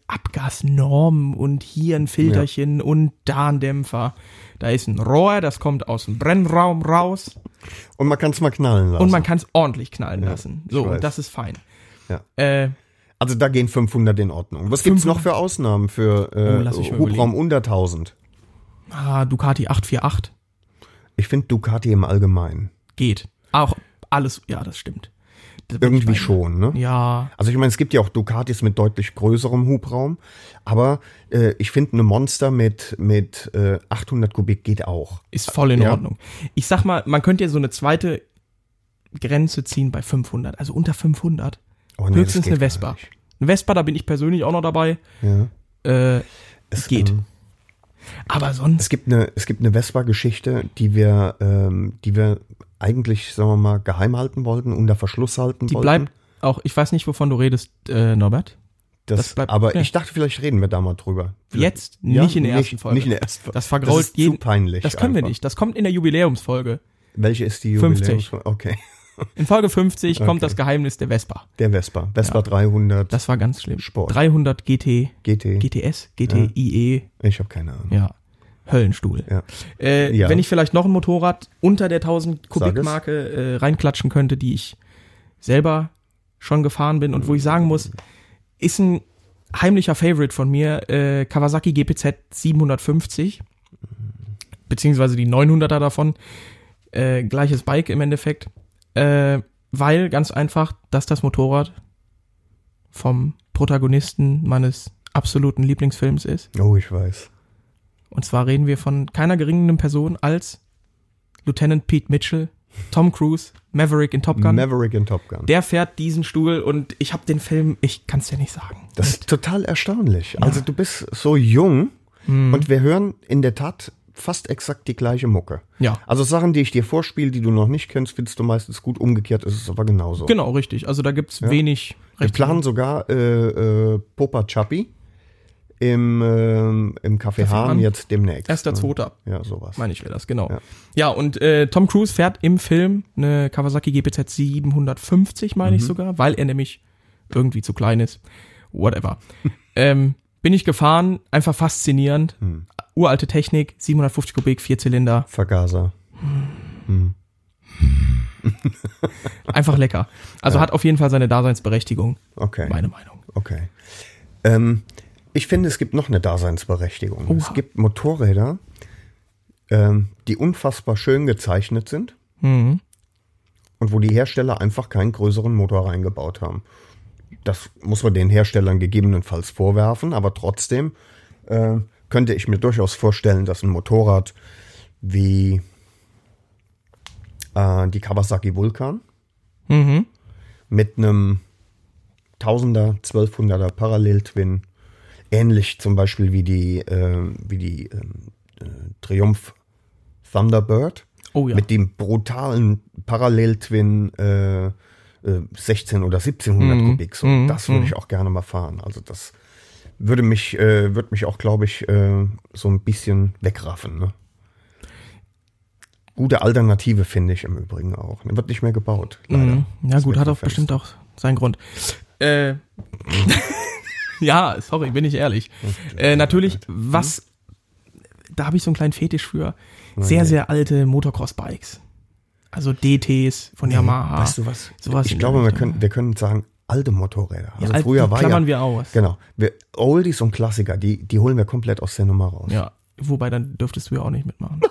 Abgasnormen und hier ein Filterchen und da ein Dämpfer. Da ist ein Rohr, das kommt aus dem Brennraum raus. Und man kann es mal knallen lassen. Und man kann es ordentlich knallen lassen. So, weiß. und das ist fein. Ja. Äh, also da gehen 500 in Ordnung. Was gibt's noch für Ausnahmen für Oh, äh, lass ich mal Hubraum unter 1000? ah, Ducati 848 Ich finde Ducati im Allgemeinen. geht. Auch alles, ja, das stimmt. Da bin ich bei Irgendwie dir. schon, ne? Ja, Also ich meine, es gibt ja auch Ducatis mit deutlich größerem Hubraum, aber äh, ich finde eine Monster mit mit äh, 800 Kubik geht auch. ist voll in Ja. Ordnung. Ich sag mal, man könnte ja so eine zweite Grenze ziehen bei 500, also unter 500. Oh, Höchstens eine Vespa. Eine Vespa, da bin ich persönlich auch noch dabei. Ja. Äh, es geht. ähm, Aber sonst Es gibt eine es gibt eine Vespa-Geschichte, die wir ähm, die wir eigentlich sagen wir mal geheim halten wollten, unter Verschluss halten die wollten. bleibt auch, ich weiß nicht, wovon du redest, äh, Norbert. das, das bleibt- aber ja. ich dachte, vielleicht reden wir da mal drüber. Vielleicht, Jetzt nicht in der ersten Folge. Nicht in der ersten Folge. Das vergrault ist jeden- zu peinlich. das können wir einfach. nicht. Das kommt in der Jubiläumsfolge. Welche ist die 50. Jubiläumsfolge? Okay. In Folge 50 Okay. kommt das Geheimnis der Vespa. Der Vespa. Vespa 300 Das war ganz schlimm. Sport. 300 GT, GT. GTS, GTIE, Ich habe keine Ahnung. ja. Höllenstuhl. Ja. Äh, Ja. Wenn ich vielleicht noch ein Motorrad unter der 1000 Sag Kubik es. Marke äh, reinklatschen könnte, die ich selber schon gefahren bin und wo ich sagen muss, ist ein heimlicher Favorite von mir, äh, Kawasaki GPZ 750, beziehungsweise die 900er davon, äh, gleiches Bike im Endeffekt, äh, weil ganz einfach, dass das Motorrad vom Protagonisten meines absoluten Lieblingsfilms ist. Oh, ich weiß. Und zwar reden wir von keiner geringeren Person als Lieutenant Pete Mitchell, Tom Cruise, Maverick in Top Gun. Maverick in Top Gun. der fährt diesen Stuhl und ich habe den Film, ich kann es dir nicht sagen. das ist total erstaunlich. Also du bist so jung Mhm. Und wir hören in der Tat fast exakt die gleiche Mucke. Ja. Also Sachen, die ich dir vorspiele, die du noch nicht kennst, findest du meistens gut. Umgekehrt ist es aber genauso. Genau, richtig. Also da gibt's wenig Wir Recht. planen sogar äh, äh, Popa Chappi im, ähm, im Café Hahn Hahn. jetzt demnächst. Erster, ne? zweiter. Ja, sowas. Meine ich wäre das, genau. Ja, und äh, Tom Cruise fährt im Film eine Kawasaki GPZ 750, meine ich sogar, weil er nämlich irgendwie zu klein ist. Whatever. <laughs> ähm, bin ich gefahren, einfach faszinierend. Uralte Technik, 750 Kubik, Vierzylinder, Vergaser. einfach lecker. Also hat auf jeden Fall seine Daseinsberechtigung, Okay. meine Meinung. Okay. Ähm, ich finde, es gibt noch eine Daseinsberechtigung. Es gibt Motorräder, ähm, die unfassbar schön gezeichnet sind und wo die Hersteller einfach keinen größeren Motor reingebaut haben. Das muss man den Herstellern gegebenenfalls vorwerfen, aber trotzdem äh, könnte ich mir durchaus vorstellen, dass ein Motorrad wie äh, die Kawasaki Vulkan mit einem Tausender, 1200er Parallel-Twin. Ähnlich zum Beispiel wie die, äh, wie die ähm, äh, Triumph Thunderbird. Oh ja. Mit dem brutalen Parallel-Twin äh, äh, 16 oder 1700 Mhm. Kubik. So, das würde ich auch gerne mal fahren. Also das würde mich, äh, würde mich auch, glaube ich, äh, so ein bisschen wegraffen. Ne? Gute Alternative finde ich im Übrigen auch. Wird nicht mehr gebaut. Mhm. leider. Ja gut, hat auch Fenster. bestimmt auch seinen Grund. Äh, <laughs> ja, sorry, bin ich ehrlich. Hm. Äh, natürlich, was, da habe ich so einen kleinen Fetisch für, sehr, sehr alte Motocross-Bikes. Also DTs von Yamaha. Weißt du was? Sowas in der ich glaube, wir Richtung. können, wir können sagen, alte Motorräder. Also alt- früher die war klammern ja, wir aus. Genau. Wir, Oldies und Klassiker, die, die holen wir komplett aus der Nummer raus. Ja, wobei dann dürftest du ja auch nicht <laughs> mitmachen.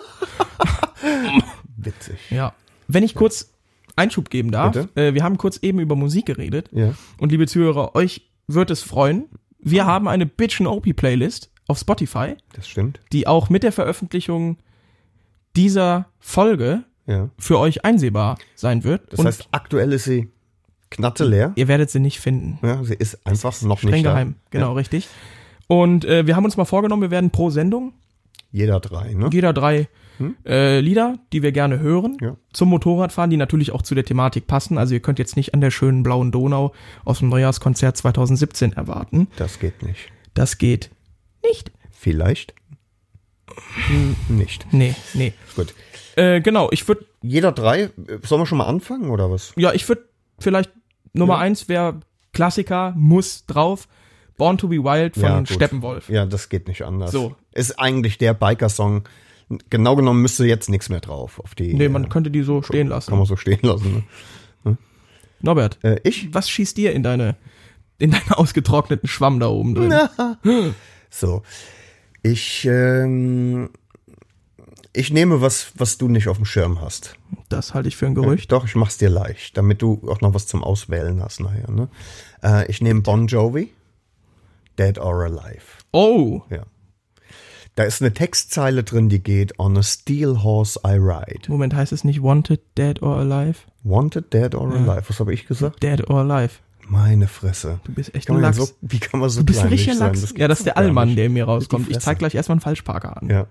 Witzig. ja. Wenn ich kurz Einschub geben darf, Bitte? äh, wir haben kurz eben über Musik geredet. Ja. Und liebe Zuhörer, euch wird es freuen. Wir haben eine Bitchin' OP-Playlist auf Spotify. Das stimmt. die auch mit der Veröffentlichung dieser Folge Ja. für euch einsehbar sein wird. Das heißt, aktuell ist sie knatteleer. ihr werdet sie nicht finden. Ja, sie ist einfach noch Streng nicht geheim, da. genau, richtig. Und äh, wir haben uns mal vorgenommen, wir werden pro Sendung Jeder drei, ne? jeder drei äh, Lieder, die wir gerne hören, Ja. zum Motorradfahren, die natürlich auch zu der Thematik passen. Also ihr könnt jetzt nicht an der schönen blauen Donau aus dem Neujahrskonzert 2017 erwarten. Das geht nicht. Das geht nicht. Vielleicht? Hm, nicht. Nee, nee. Gut. Äh, genau, ich würde Jeder drei, äh, sollen wir schon mal anfangen oder was? ja, ich würde vielleicht Nummer eins wäre Klassiker, muss drauf. Born to be Wild von Ja, gut. Steppenwolf. Ja, das geht nicht anders. So. Ist eigentlich der Biker-Song. Genau genommen müsste jetzt nichts mehr drauf. Auf die, Nee, man äh, könnte die so stehen lassen. Kann man so stehen lassen. Ne? Norbert, Äh, ich? was schießt dir in deine in deinen <laughs> ausgetrockneten Schwamm da oben drin? So. Ich, ähm, ich nehme was, was du nicht auf dem Schirm hast. Das halte ich für ein Gerücht. Doch, ich mach's dir leicht, damit du auch noch was zum Auswählen hast nachher. Ne? Äh, ich nehme Bon Jovi, Dead or Alive. Oh, Ja. Da ist eine Textzeile drin, die geht On a steel horse I ride. Moment, heißt es nicht Wanted, Dead or Alive? Wanted, dead or alive. Was habe ich gesagt? Dead or Alive. Meine Fresse. Du bist echt kann man ein denn Lachs. So, wie kann man so Du bist ein kleinlich richtiger sein? Lachs. Das ja, das ist gibt's der doch gar Allmann, nicht. der in mir rauskommt. Ich Fresse. zeig gleich erstmal einen Falschparker an. Ja.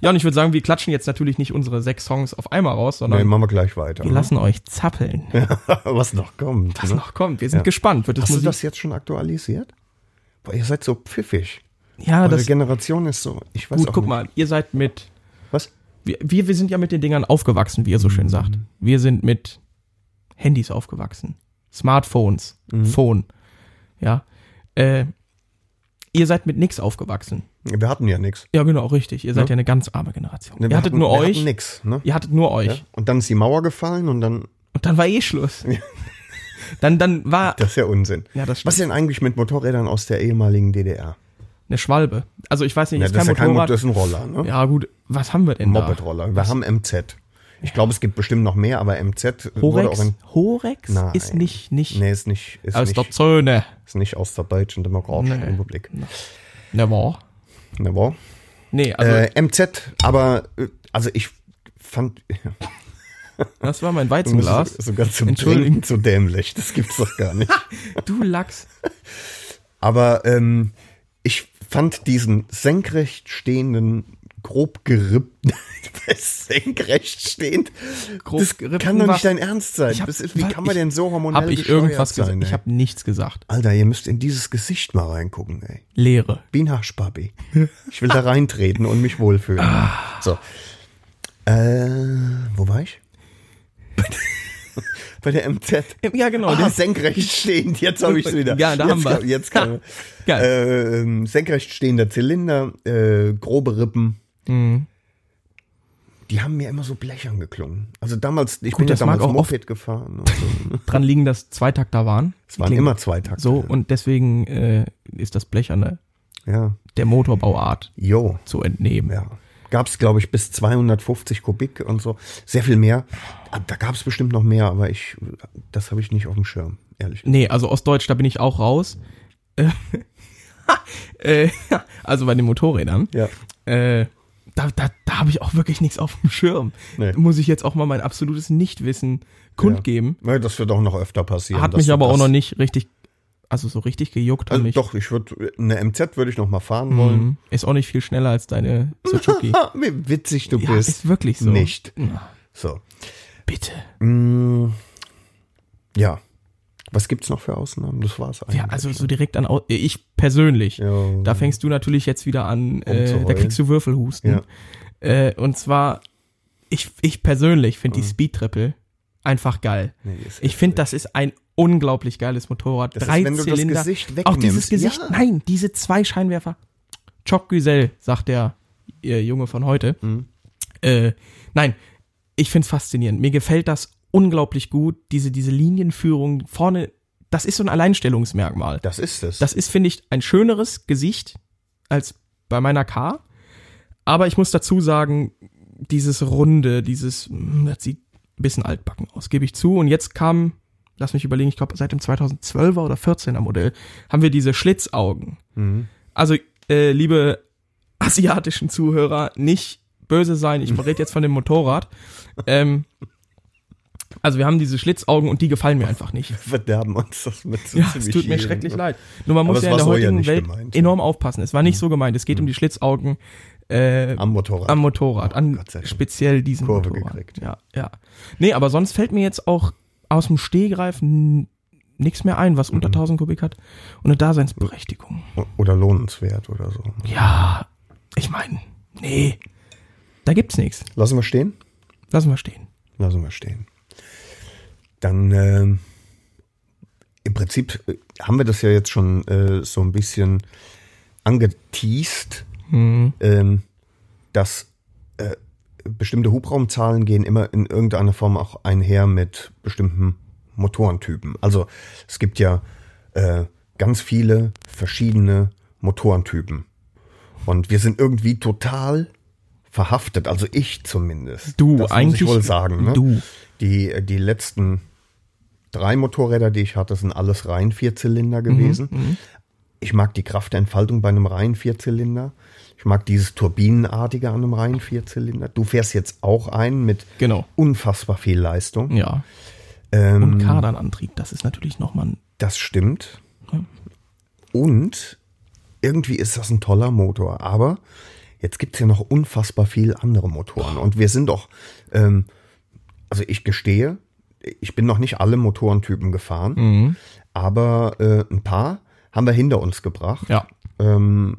ja, und ich würde sagen, wir klatschen jetzt natürlich nicht unsere sechs Songs auf einmal raus, sondern Nee, machen wir gleich weiter. wir ne? lassen euch zappeln. <laughs> Was noch kommt. Was ne? noch kommt, wir sind gespannt. Wird es Hast du Musik? das jetzt schon aktualisiert? Boah, ihr seid so pfiffig. ja, Eure Ah, das, Generation ist so. Ich weiß Gut, auch guck nicht. mal, ihr seid mit. Was? Wir, wir, wir sind ja mit den Dingern aufgewachsen, wie ihr so Mhm. schön sagt. Wir sind mit Handys aufgewachsen. Smartphones, Mhm. Phone. Ja. Äh, ihr seid mit nix aufgewachsen. Wir hatten ja nichts. Ja, genau, richtig. Ihr seid ja, eine ganz arme Generation. ihr hattet nur wir euch. Hatten nix, ne? Ihr hattet nur euch. Ja. Und dann ist die Mauer gefallen und dann. Und dann war eh Schluss. <laughs> Dann, dann war Das ist ja Unsinn. Ja, das stimmt. Was ist denn eigentlich mit Motorrädern aus der ehemaligen DDR? eine Schwalbe. Also ich weiß nicht, Ja, jetzt das ist ja kein kein Motor, Motorrad. das ist ein Roller, ne? ja genau. gut, was haben wir denn da? Moped-Roller. Wir haben MZ. Ich glaube, es gibt bestimmt noch mehr, aber MZ wurde auch Horex? in. Horex Nein. ist nicht, nicht Nee, ist nicht. Ist aus der nicht, Zone. ist nicht aus der Deutschen Demokratischen Nee. Republik. Ne, war? Ne, wow. Nee, also äh, MZ, aber. äh, Also ich fand. <laughs> Das war mein Du bist Weizenglas. so- Sogar zum Entschuldigung. Trinken zu <laughs> dämlich. Das gibt's doch gar nicht. Du Lachs. Aber ähm, ich fand diesen senkrecht stehenden, grob gerippten, <laughs> senkrecht stehend, Grob das gerippten kann doch war- nicht dein Ernst sein. Ich hab- das ist, wie wa- kann man ich- denn so hormonell Habe ich gesteuert irgendwas gesagt? sein, Ich ey? habe nichts gesagt. Alter, ihr müsst in dieses Gesicht mal reingucken, ey. Leere. Wie ein Haschbabi. Ich will da reintreten und mich wohlfühlen. Ah. So. Äh, wo war ich? <laughs> Bei der MZ. Ja, genau. Ah, der- senkrecht stehend, jetzt habe ich es wieder. Ja, da jetzt haben wir. kam- <laughs> Jetzt kam, Geil. Ähm, senkrecht stehender Zylinder, äh, grobe Rippen. Mhm. Die haben mir immer so blechern geklungen. Also damals, ich bin ja das mag damals auch Moped gefahren. Und so. ne? äh, Dran liegen, dass Zweitakter waren. <laughs> Es waren immer zwei Takte. Genau. So, und deswegen äh, ist das Blecherne Ja. der Motorbauart Jo. zu entnehmen. Ja. Gab es, glaube ich, bis 250 Kubik und so. Sehr viel mehr. Ah, Da gab es bestimmt noch mehr, aber ich, das habe ich nicht auf dem Schirm, ehrlich. Nee, also Ostdeutsch, da bin ich auch raus. Äh, <laughs> äh, also bei den Motorrädern. Ja. Äh, da da, da habe ich auch wirklich nichts auf dem Schirm. Nee. Muss ich jetzt auch mal mein absolutes Nichtwissen kundgeben. Ja, das wird auch noch öfter passieren. Hat dass mich du aber das- auch noch nicht richtig, also so richtig gejuckt. hat Also mich. doch, ich würde, eine MZ würde ich noch mal fahren wollen. Mhm. Ist auch nicht viel schneller als deine Suzuki. Ah, wie witzig <laughs> du ja, bist. ist wirklich so. Nicht. Na, So. bitte. Mm, ja. Was gibt's noch für Ausnahmen? Das war's eigentlich. Ja, also so direkt an, Au- ich persönlich. Ja. Da fängst du natürlich jetzt wieder an, äh, da Umzuheulen. kriegst du Würfelhusten. Äh, und zwar, ich, ich persönlich finde Mhm. die Speedtriple einfach geil. Nee, ist ich finde, das ist ein unglaublich geiles Motorrad. Das ist, Drei wenn du das Zylinder. Gesicht Auch wegnimmst. dieses Gesicht, Ja. nein, diese zwei Scheinwerfer. Choc Güzel, sagt der äh, Junge von heute. Mhm. Äh, nein, ich finde es faszinierend. Mir gefällt das unglaublich gut, diese, diese Linienführung vorne. Das ist so ein Alleinstellungsmerkmal. das ist es. Das ist, finde ich, ein schöneres Gesicht als bei meiner K. Aber ich muss dazu sagen, dieses Runde, dieses, mm, das sieht ein bisschen altbacken aus, gebe ich zu. Und jetzt kam, lass mich überlegen, ich glaube, seit dem 2012er oder 14er Modell haben wir diese Schlitzaugen. Mhm. Also, äh, liebe asiatischen Zuhörer, nicht böse sein, ich rede jetzt von dem Motorrad. Ähm, also, wir haben diese Schlitzaugen und die gefallen mir einfach nicht. Verderben uns das mit so Ja, es <laughs> ziemlich tut mir vielen. schrecklich leid. Nur man muss es ja in war der so ja heutigen nicht Welt gemeint, ja. Mhm. enorm aufpassen. Es war nicht so gemeint. Es geht um die Schlitzaugen äh, Am Motorrad. am Motorrad, an Ah. Oh Gott sei Dank. speziell diesem Kurve Motorrad. gekriegt. Ja, ja. Nee, aber sonst fällt mir jetzt auch aus dem Stehgreif nichts mehr ein, Mhm. was unter 1000 Kubik hat und eine Daseinsberechtigung. Oder lohnenswert oder so. Ja, ich meine, nee, da gibt's nichts. Lassen wir stehen? Lassen wir stehen. Lassen wir stehen. Dann ähm, im Prinzip äh, haben wir das ja jetzt schon äh, so ein bisschen angeteased, Mhm. ähm, dass äh, bestimmte Hubraumzahlen gehen immer in irgendeiner Form auch einher mit bestimmten Motorentypen. Also es gibt ja äh, ganz viele verschiedene Motorentypen. Und wir sind irgendwie total verhaftet, also ich zumindest. Du, das eigentlich muss ich wohl sagen. Ne? du. Die, die letzten drei Motorräder, die ich hatte, sind alles rein Vierzylinder gewesen. Ich mag die Kraftentfaltung bei einem reinen Vierzylinder. Ich mag dieses Turbinenartige an einem reinen Vierzylinder. Du fährst jetzt auch einen mit Genau. unfassbar viel Leistung. Ja. Ähm, Und Kardanantrieb, das ist natürlich nochmal ein. das stimmt. Und irgendwie ist das ein toller Motor. Aber jetzt gibt es ja noch unfassbar viel andere Motoren. Und wir sind doch, ähm, also ich gestehe, ich bin noch nicht alle Motorentypen gefahren, aber äh, ein paar haben wir hinter uns gebracht. Ja, Ähm,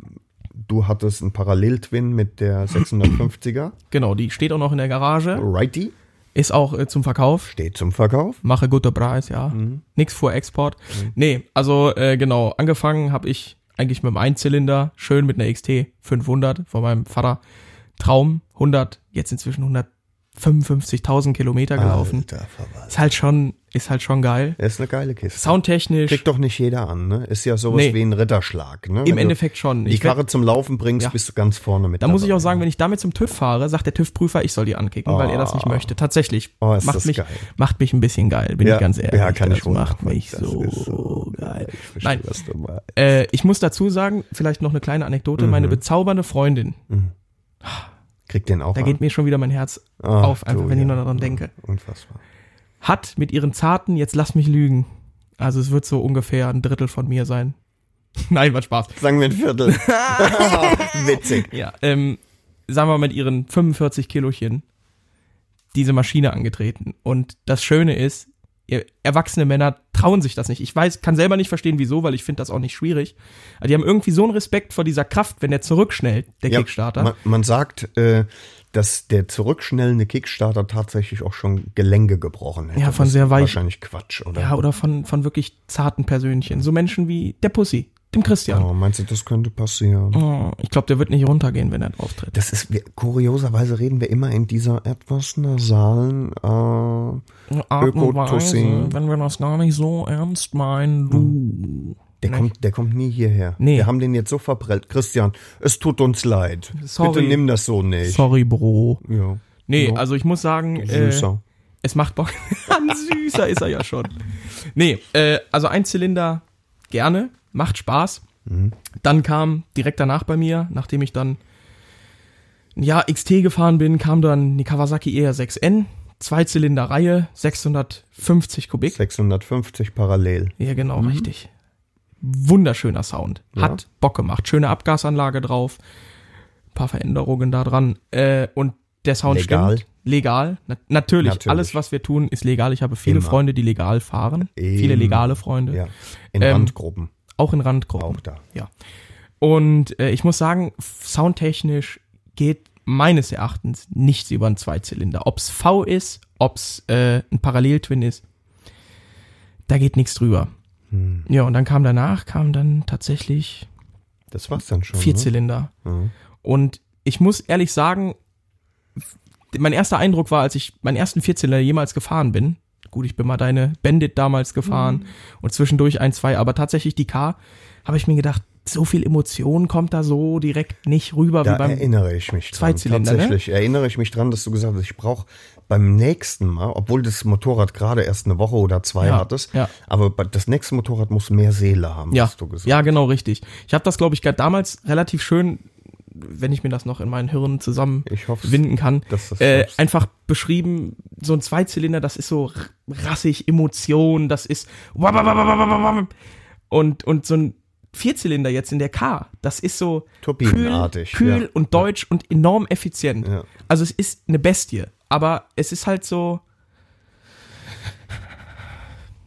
du hattest einen Parallel-Twin mit der 650er. genau. Die steht auch noch in der Garage. Righty Ist auch äh, zum Verkauf. steht zum Verkauf. mache guter Preis, ja. Mhm. Nix vor Export. Nee, also äh, genau, angefangen habe ich eigentlich mit einem Einzylinder, schön mit einer XT 500 von meinem Vater. Traum 100, jetzt inzwischen 155.000 Kilometer gelaufen. Alter Verwalter. Ist halt schon, ist halt schon geil. Das ist eine geile Kiste. Soundtechnisch Kriegt doch nicht jeder an, ne? Ist ja sowas Nee. wie ein Ritterschlag, ne? Wenn im du Endeffekt schon. Die Ich werd- Karre zum Laufen bringst, Ja. bist du ganz vorne mit. da muss ich dabei. auch sagen, wenn ich damit zum TÜV fahre, sagt der TÜV-Prüfer, ich soll die ankicken, weil er das nicht möchte. Tatsächlich. Oh, ist macht, das mich, geil. macht mich ein bisschen geil, bin Ja, ich ganz ja, ehrlich. kann das ich wohl macht nachvollziehen. mich Das so, ist so geil. Ich verstehe, Nein, was du meinst. Äh, ich muss dazu sagen, vielleicht noch eine kleine Anekdote. Mhm. Meine bezaubernde Freundin, Kriegt den auch da an. geht mir schon wieder mein Herz Ach, auf, einfach du, wenn ich nur ja. daran denke, Unfassbar. hat mit ihren zarten, jetzt lass mich lügen, also es wird so ungefähr ein Drittel von mir sein, <laughs> Nein, war Spaß. Sagen wir <laughs> ein Viertel. <laughs> Witzig. Ja, ähm, sagen wir mal, mit ihren 45 Kilochen diese Maschine angetreten. Und das Schöne ist, ihr- erwachsene Männer trauen sich das nicht. Ich weiß, kann selber nicht verstehen, wieso, weil ich finde das auch nicht schwierig. Aber die haben irgendwie so einen Respekt vor dieser Kraft, wenn der zurückschnellt, der Kickstarter. Man, man sagt, äh, dass der zurückschnellende Kickstarter tatsächlich auch schon Gelenke gebrochen hätte. Ja, von Das sehr ist weich- Wahrscheinlich Quatsch, oder? ja, oder von, von wirklich zarten Persönchen. So Menschen wie der Pussy, dem Christian. Oh, meinst du, das könnte passieren? Oh, ich glaube, der wird nicht runtergehen, wenn er drauf tritt. Das ist, wir, kurioserweise reden wir immer in dieser etwas nasalen, äh, Art und Weise, Ökotussi. wenn wir das gar nicht so ernst meinen, du. der kommt, der kommt nie hierher. Nee. Wir haben den jetzt so verprellt. Christian, es tut uns leid. Sorry. Bitte nimm das so nicht. Sorry, Bro. Ja. Nee, also ich muss sagen, äh, Süßer. es macht Bock. <laughs> Ein Süßer ist er ja schon. Nee, äh, also ein Zylinder gerne, macht Spaß. Dann kam direkt danach bei mir, nachdem ich dann ein Jahr XT gefahren bin, kam dann die Kawasaki E ER6N, Zweizylinder-Reihe, 650 Kubik. 650 parallel. Ja, genau, Mhm. richtig. Wunderschöner Sound. Hat Bock gemacht. Schöne Abgasanlage drauf. Ein paar Veränderungen da dran. Äh, und der Sound Legal. stimmt. Legal. Na, natürlich, Natürlich. Alles, was wir tun, ist legal. Ich habe viele Immer. Freunde, die legal fahren. Immer. Viele legale Freunde. Ja. In Ähm, Randgruppen. Auch in Randgruppen. Auch da. Ja. Und äh, ich muss sagen, f- soundtechnisch geht meines Erachtens nichts über einen Zweizylinder. Ob's V ist, ob's äh, ein Paralleltwin ist, da geht nichts drüber. Ja, und dann kam danach, kam dann tatsächlich Das war's dann schon. ne? Vierzylinder. Und ich muss ehrlich sagen, mein erster Eindruck war, als ich meinen ersten Vierzylinder jemals gefahren bin. Gut, ich bin mal deine Bandit damals Mhm. gefahren und zwischendurch ein, zwei, aber tatsächlich die K habe ich mir gedacht, so viel Emotion kommt da so direkt nicht rüber Da wie beim. erinnere ich mich dran. Zweizylinder, ne? Tatsächlich erinnere ich mich dran, dass du gesagt hast, ich brauche beim nächsten Mal, obwohl das Motorrad gerade erst eine Woche oder zwei Ja, hattest, ja. aber bei- das nächste Motorrad muss mehr Seele haben, Ja, hast du gesagt. ja, genau, richtig. Ich habe das, glaube ich, grad damals relativ schön, wenn ich mir das noch in meinen Hirn zusammen Ich hoffe, winden kann, dass das äh, schaffst. einfach beschrieben, so ein Zweizylinder, das ist so r- rassig, Emotion, das ist wabababababababam. und, und so ein Vierzylinder jetzt in der K, das ist so Turbinenartig, kühl, kühl ja. und deutsch und enorm effizient. Ja. Also es ist eine Bestie, aber es ist halt so,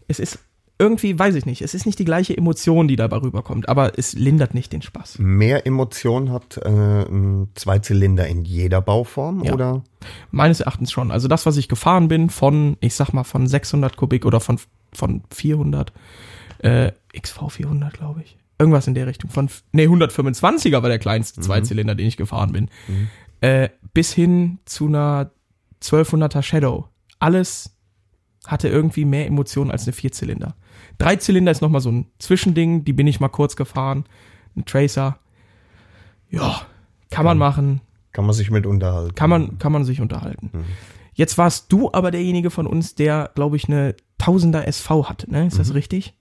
es ist irgendwie, weiß ich nicht, es ist nicht die gleiche Emotion, die dabei rüberkommt, aber es lindert nicht den Spaß. Mehr Emotion hat äh, ein Zweizylinder in jeder Bauform, Ja. oder? Meines Erachtens schon. Also das, was ich gefahren bin, von, ich sag mal, von 600 Kubik oder von, von 400, äh, XV 400, glaube ich. Irgendwas in der Richtung. Von, nee, 125er war der kleinste Zweizylinder, den ich gefahren bin. Äh, bis hin zu einer 1200er Shadow. Alles hatte irgendwie mehr Emotionen als eine Vierzylinder. Dreizylinder ist nochmal so ein Zwischending, die bin ich mal kurz gefahren. Ein Tracer. Ja, kann man machen Kann man sich mit unterhalten. kann man, kann man sich unterhalten. Mhm. Jetzt warst du aber derjenige von uns, der, glaube ich, eine Tausender SV hatte, ne? Ist Mhm. das richtig?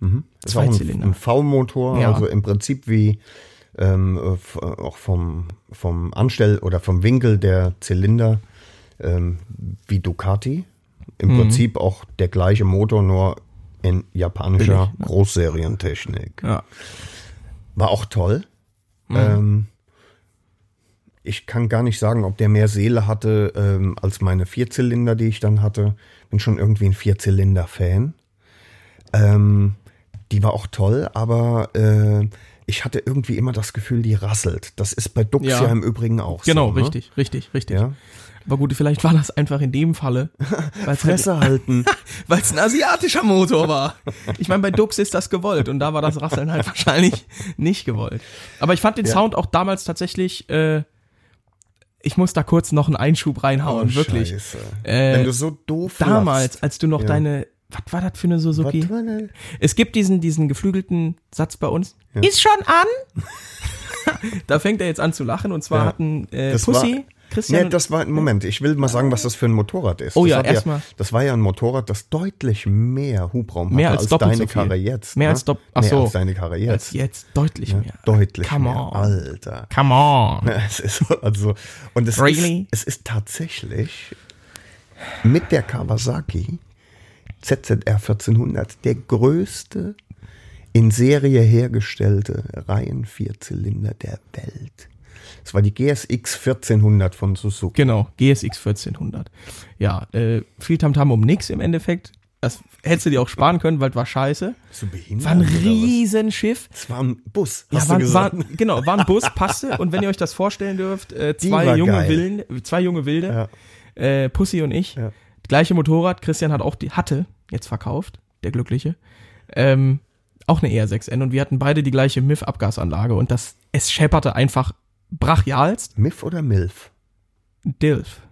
Das ist auch ein, Zweizylinder. ein V-Motor, Ja. also im Prinzip wie ähm, äh, f- äh, auch vom, vom Anstell- oder vom Winkel der Zylinder ähm, wie Ducati. Mhm. Im Prinzip auch der gleiche Motor, nur in japanischer Billig, ne? Großserientechnik. Ja. War auch toll. Mhm. Ähm, ich kann gar nicht sagen, ob der mehr Seele hatte ähm, als meine Vierzylinder, die ich dann hatte. Bin schon irgendwie ein Vierzylinder-Fan. Ähm, die war auch toll, aber äh, ich hatte irgendwie immer das Gefühl, die rasselt. Das ist bei Dux ja, Ja. im Übrigen auch Genau, so. ne? richtig, richtig, richtig. Ja. Aber gut, vielleicht war das einfach in dem <laughs> Falle, weil es halt, <laughs> Fresse halten. weil's ein asiatischer Motor war. Ich meine, bei Dux ist das gewollt und da war das Rasseln halt wahrscheinlich nicht gewollt. Aber ich fand den Sound auch damals tatsächlich, äh, ich muss da kurz noch einen Einschub reinhauen, Oh, wirklich. Scheiße. Äh, Wenn du so doof Damals, als du noch Ja. deine, was war das für eine Suzuki? lachst. Warte. Es gibt diesen, diesen geflügelten Satz bei uns. Ist schon an? <laughs> da fängt er jetzt an zu lachen und zwar Ja. hatten äh, Das Pussy, war- Christian. Nee, das war, Moment, ich will mal sagen, was das für ein Motorrad ist. Oh das ja, hat erst mal. Das war ja ein Motorrad, das deutlich mehr Hubraum Mehr hatte als doppelt deine so viel. Karre jetzt. Mehr als doppelt- ach mehr so. als deine Karre jetzt, jetzt. jetzt deutlich mehr. Deutlich Come mehr, Also- on. Alter. <laughs> Come on. Es ist also, und es, Really? ist, es ist tatsächlich mit der Kawasaki ZZR 1400 der größte in Serie hergestellte Reihenvierzylinder der Welt. Das war die GSX 1400 von Suzuki. Genau, GSX 1400. Ja, äh, viel Tamtam um nix im Endeffekt. Das hättest du dir auch sparen können, weil es war scheiße. So behindert. War ein oder was? Riesenschiff. Das war ein Bus. Ja, hast war, du gesagt. war, genau, <laughs> war ein Bus, passte. Und wenn ihr euch das vorstellen dürft, äh, zwei, war junge geil. Willen, zwei junge Wilde, äh, Pussy und ich, Ja. gleiche Motorrad, Christian hat auch die, hatte, jetzt verkauft, der Glückliche, ähm, auch eine ER6N und wir hatten beide die gleiche MIF-Abgasanlage und das, es schepperte einfach brachialst. Miff oder Milf? <laughs> Dilf.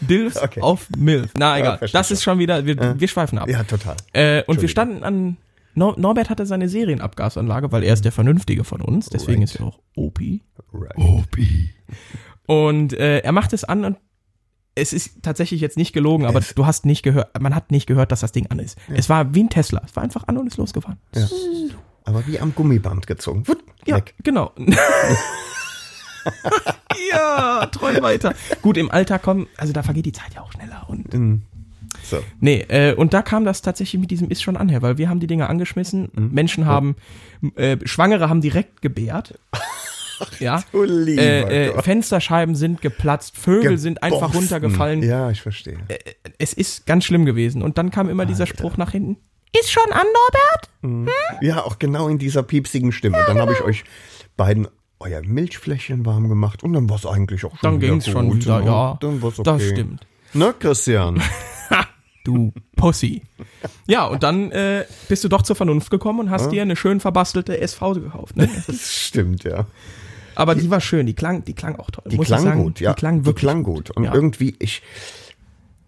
Dilf Okay. auf Milf. Na egal, verstehe das ist schon wieder, wir, wir schweifen ab. Ja, total. Äh, und wir standen an. Nor Norbert hatte seine Serienabgasanlage, weil er ist der Vernünftige von uns, deswegen ist er auch OP. Right. Und äh, er macht es an und es ist tatsächlich jetzt nicht gelogen, aber du hast nicht gehört, man hat nicht gehört, dass das Ding an ist. Es war wie ein Tesla. Es war einfach an und ist losgefahren. Ja, Aber wie am Gummiband gezogen. Wut, weg. genau. <laughs> ja, träum weiter. Gut, im Alter kommen, also da vergeht die Zeit ja auch schneller und So. Nee, äh, und da kam das tatsächlich mit diesem ist schon an, her, weil wir haben die Dinger angeschmissen, Mhm. Menschen haben, äh, Schwangere haben direkt <laughs> gebärt. ja. Du Oh, lieber Äh, äh, Gott. Fensterscheiben sind geplatzt, Vögel sind einfach Gebomsten. runtergefallen. Äh, Ja, ich verstehe. Es ist ganz schlimm gewesen. Und dann kam immer dieser Spruch nach hinten. Ist schon an, Norbert? Hm, Ja, auch genau in dieser piepsigen Stimme. dann habe ich euch beiden euer Milchfläschchen warm gemacht und dann war es eigentlich auch schon Dann wieder ging's gut, schon wieder, ne? ja. Dann war's okay. Das stimmt. Ne, <laughs> Christian? Du Pussy. ja, und dann äh, bist du doch zur Vernunft gekommen und hast dir eine schön verbastelte SV gekauft. Ne? Das stimmt, ja. Aber die war schön, die klang, die klang auch toll. Die muss ich klang sagen. gut, ja. Die klang wirklich gut. Und Ja. irgendwie, ich.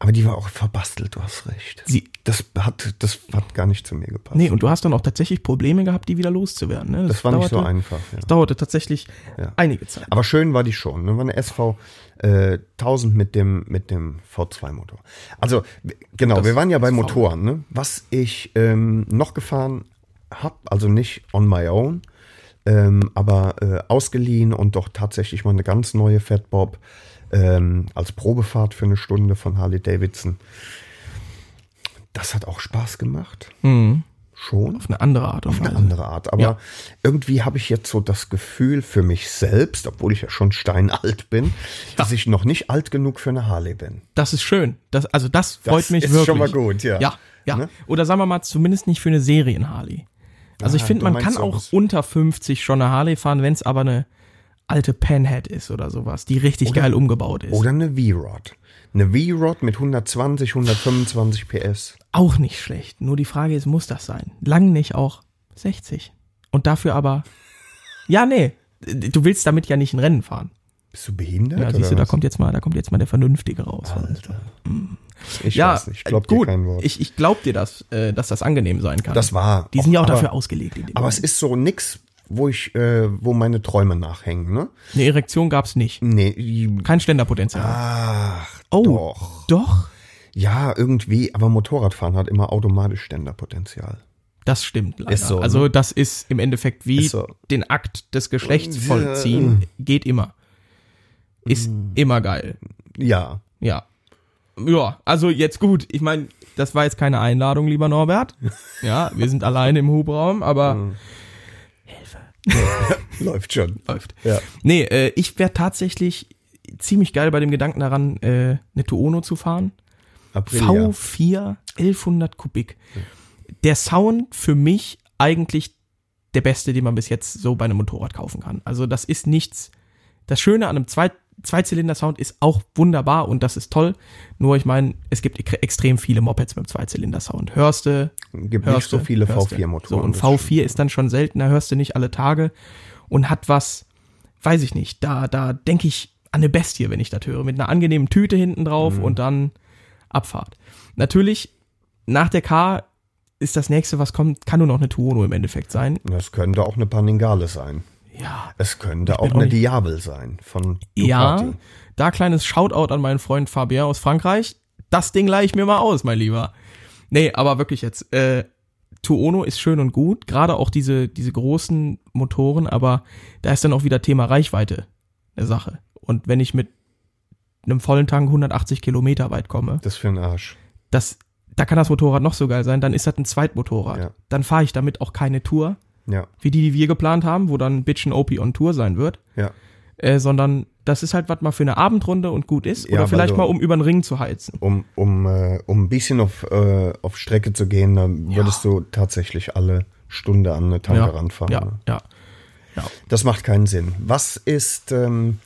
Aber die war auch verbastelt, du hast recht. Sie- das, hat, das hat gar nicht zu mir gepasst. Nee, und du hast dann auch tatsächlich Probleme gehabt, die wieder loszuwerden. Ne? das war nicht so einfach. Ja. Das dauerte tatsächlich Ja. einige Zeit. Aber schön war die schon. Ne? War eine SV äh, 1000 mit dem, mit dem V2-Motor. Also, w- genau, wir waren ja bei Motoren. Ne? Was ich ähm, noch gefahren habe, also nicht on my own, ähm, aber äh, ausgeliehen und doch tatsächlich mal eine ganz neue Fat Bob ähm, als Probefahrt für eine Stunde von Harley Davidson. Das hat auch Spaß gemacht. Schon Auf eine andere Art und auf eine Weise. andere Art. Aber Mhm. Ja. irgendwie habe ich jetzt so das Gefühl für mich selbst, obwohl ich ja schon steinalt bin, dass ich noch nicht alt genug für eine Harley bin. Das ist schön. Das, also das Das freut mich ist wirklich. schon mal gut, ja. Ja, ja. Ne? Oder sagen wir mal, zumindest nicht für eine Serien-Harley. Also ich Ah, finde, du man meinst kann auch sowas. unter 50 schon eine Harley fahren, wenn es aber eine alte Panhead ist oder sowas, die richtig geil umgebaut ist. Oder eine V-Rod. Eine V-Rod mit 120, 125 PS. Auch nicht schlecht. Nur die Frage ist, muss das sein? Lang nicht auch 60. Und dafür aber. Ja, nee. Du willst damit ja nicht ein Rennen fahren. Bist du behindert? Ja, oder siehst du, da was? kommt jetzt mal, da kommt jetzt mal der Vernünftige raus. Ich ja, weiß nicht. Ich glaube äh, dir gut. kein Wort. Ich, ich glaub dir, dass, äh, dass das angenehm sein kann. Das war Die sind ja auch aber- dafür ausgelegt. In dem Aber es ist so nix, wo ich, äh, wo meine Träume nachhängen, ne? Eine Erektion gab's nicht. Nee, die- Kein Ah. Ständerpotenzial. ach, oh, doch. doch? Ja, irgendwie, aber Motorradfahren hat immer automatisch Ständerpotenzial. Das stimmt leider. Ist so, ne? also das ist im Endeffekt wie Ist so. Äh, den Akt des Geschlechts vollziehen. Geht immer. Ist mm. immer geil. Ja, <laughs> Ja. Ja, also jetzt gut. Ich meine, das war jetzt keine Einladung, lieber Norbert. Ja, wir sind alleine im Hubraum, aber läuft schon. läuft. Ja. Nee, äh, ich wäre tatsächlich ziemlich geil bei dem Gedanken daran, äh, eine Tuono zu fahren. Aprilia. V4 1100 Kubik. Der Sound für mich eigentlich der beste, den man bis jetzt so bei einem Motorrad kaufen kann. Also das ist nichts. Das Schöne an einem Zwei Zweizylinder-Sound ist auch wunderbar und das ist toll. Nur ich meine, es gibt ek- extrem viele Mopeds mit dem Zweizylinder-Sound. Hörst du? Gibt hörst nicht so du, viele hörst du. V4-Motoren. So, und das V4 ist dann schon seltener, hörst du nicht alle Tage und hat was, weiß ich nicht, da, da denke ich an eine Bestie, wenn ich das höre, mit einer angenehmen Tüte hinten drauf Mhm. und dann Abfahrt. Natürlich, nach der K ist das nächste, was kommt, kann nur noch eine Tuono im Endeffekt sein. stimmt. Das könnte auch eine Panigale sein. Ja. Es könnte auch auch eine nicht- Diabel sein von Ducati. Ja, da kleines Shoutout an meinen Freund Fabien aus Frankreich. Das Ding leih ich mir mal aus, mein Lieber. Nee, aber wirklich jetzt. Äh, Tuono ist schön und gut, gerade auch diese, diese großen Motoren, aber da ist dann auch wieder Thema Reichweite eine Sache. Und wenn ich mit einem vollen Tank 180 Kilometer weit komme, Das für ein Arsch. das, da kann das Motorrad noch so geil sein, dann ist das ein Zweitmotorrad. Ja. Dann fahre ich damit auch keine Tour, Ja, wie die, die wir geplant haben, wo dann Bitchin' OP on Tour sein wird, ja. äh, sondern das ist halt was mal für eine Abendrunde und gut ist. Ja, Oder weil vielleicht du- mal, um über den Ring zu heizen. Um, um, äh, um ein bisschen auf, äh, auf Strecke zu gehen, dann würdest du tatsächlich alle Stunde an eine Tanke Ja, ranfahren. ne? ja, ja. Das macht keinen Sinn. Was ist ähm,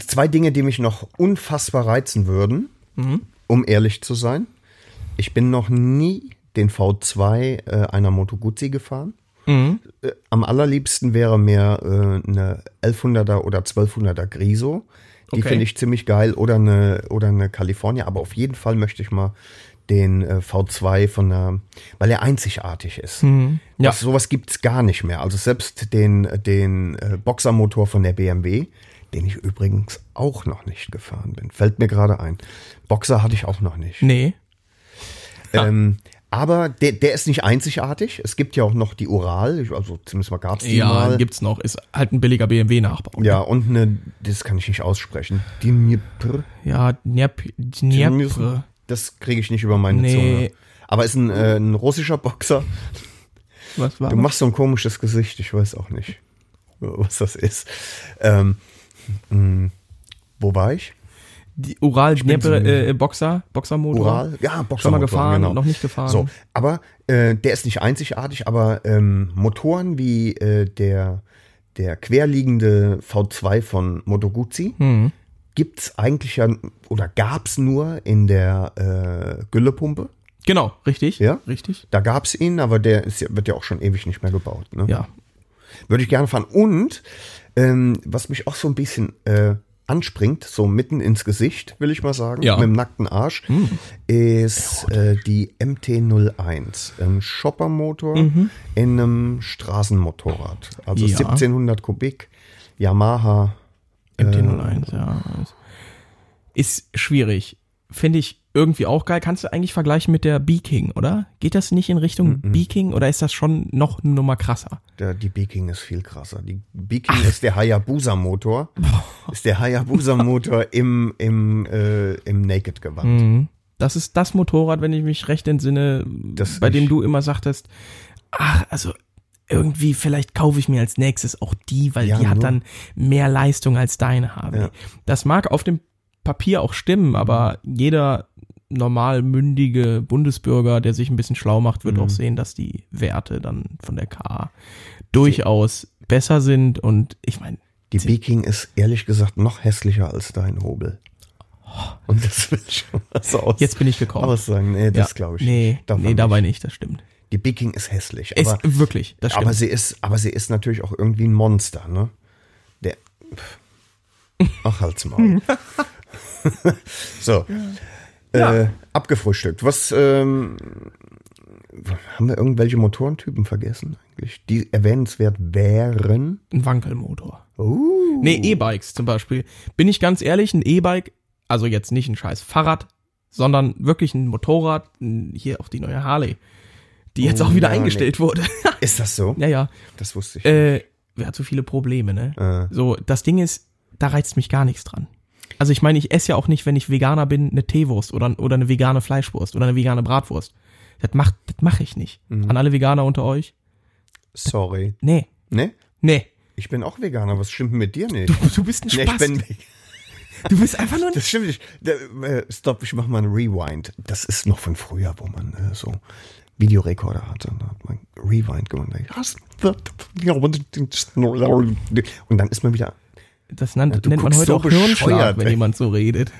zwei Dinge, die mich noch unfassbar reizen würden, Mhm. um ehrlich zu sein. Ich bin noch nie den V2 äh, einer Moto Guzzi gefahren. Mhm. Äh, am allerliebsten wäre mir äh, eine 1100er oder 1200er Griso. Die Okay. finde ich ziemlich geil oder eine oder eine California, aber auf jeden Fall möchte ich mal den äh, V2 von der, weil er einzigartig ist. Mhm. Ja. Das, sowas gibt's gar nicht mehr. Also selbst den, den äh, Boxermotor von der BMW, den ich übrigens auch noch nicht gefahren bin. Fällt mir gerade ein. Boxer hatte ich auch noch nicht. Nee. Ähm, aber der, der ist nicht einzigartig. Es gibt ja auch noch die Ural, ich- also zumindest mal gab's die Ja, mal. gibt's noch. Ist halt ein billiger BMW-Nachbau. ja, und eine, das kann ich nicht aussprechen. Dnipr. Ja, Dnep, Dnepr. Das kriege ich nicht über meine Nee. Zunge. Aber ist ein, äh, ein russischer Boxer. Was war Du machst so ein komisches Gesicht, ich weiß auch nicht, was das ist. Ähm, mh, wo war ich? Die Ural Dnepr äh, Boxer, Boxermotor. Ural? Ja, Boxer. Schon mal gefahren, noch nicht gefahren. So, aber äh, der ist nicht einzigartig, aber ähm, Motoren wie äh, der, der querliegende V2 von Moto Guzzi Hm. gibt's eigentlich ja oder gab's nur in der äh, Güllepumpe. Genau, richtig. Ja? Richtig. Da gab's ihn, aber der ist, ja- wird ja auch schon ewig nicht mehr gebaut. Ne? Ja. Würde ich gerne fahren. Und ähm, was mich auch so ein bisschen äh, anspringt, so mitten ins Gesicht, will ich mal sagen, Ja. Hm. mit dem nackten Arsch, ist äh, die MT-01. Ein Shoppermotor in einem Straßenmotorrad. Also Mhm. Ja. 1700 Kubik, Yamaha. MT-01, ja. Ist schwierig. Finde ich irgendwie auch geil. Kannst du eigentlich vergleichen mit der B-King, oder? Geht das nicht in Richtung B-King oder ist das schon noch eine Nummer krasser? Der, die Beaking ist viel krasser. Die Beaking ist der Hayabusa-Motor. Ist der Hayabusa-Motor im, im, äh, im Naked-Gewand. Das ist das Motorrad, wenn ich mich recht entsinne, Das bei dem ich- du immer sagtest, ach, also irgendwie vielleicht kaufe ich mir als nächstes auch die, weil Ja, die hat ne? dann mehr Leistung als deine Harvey. Ja. Das mag auf dem Papier auch stimmen, aber jeder normal mündige Bundesbürger, der sich ein bisschen schlau macht, wird auch Mhm. sehen, dass die Werte dann von der K durchaus besser sind und ich meine, Die Beaking ist ehrlich gesagt noch hässlicher als dein Hobel. Und das will schon was aus. Oh. jetzt bin ich gekommen. aussagen. Nee, das Ja, glaube ich. Nee, nicht. Davon nee, dabei nicht, das stimmt. nicht. Die Beaking ist hässlich, Es, aber, wirklich, das stimmt. aber sie ist, aber sie ist natürlich auch irgendwie ein Monster, ne? Der. pff. Ach, halt's mal. Hm. <laughs> so. Äh, abgefrühstückt. Was, ähm, haben wir irgendwelche Motorentypen vergessen eigentlich? Die erwähnenswert wären. ein Wankelmotor. Nee, Uh. E-Bikes zum Beispiel. Bin ich ganz ehrlich, ein E-Bike, also jetzt nicht ein scheiß Fahrrad, sondern wirklich ein Motorrad, n- hier auch die neue Harley, die jetzt Oh, auch wieder ja, eingestellt <laughs> wurde. Ist das so? ja, ja. Das wusste ich. Äh, wer hat so viele Probleme, Äh, ne? So, das Ding ist, da reizt mich gar nichts dran. Also ich meine, ich esse ja auch nicht, wenn ich Veganer bin, eine Teewurst oder, oder eine vegane Fleischwurst oder eine vegane Bratwurst. Das macht, das mache ich nicht. Mhm. An alle Veganer unter euch? Sorry. Nee, Ne? nee. <laughs> Ich bin auch Veganer, was stimmt denn mit dir nicht? Du, du bist ein Nee, ich Spaß. bin, du bist einfach nur ein <laughs> das stimmt nicht. Da, äh, Stopp, ich mach mal einen Rewind. Das ist noch von früher, wo man äh, so Videorekorder hatte. Und Da hat man Rewind gemacht. Und dann ist man wieder. Das nannt, du nennt man guckst heute so auch Hirnschlag, bescheuert, wenn ey. jemand so redet.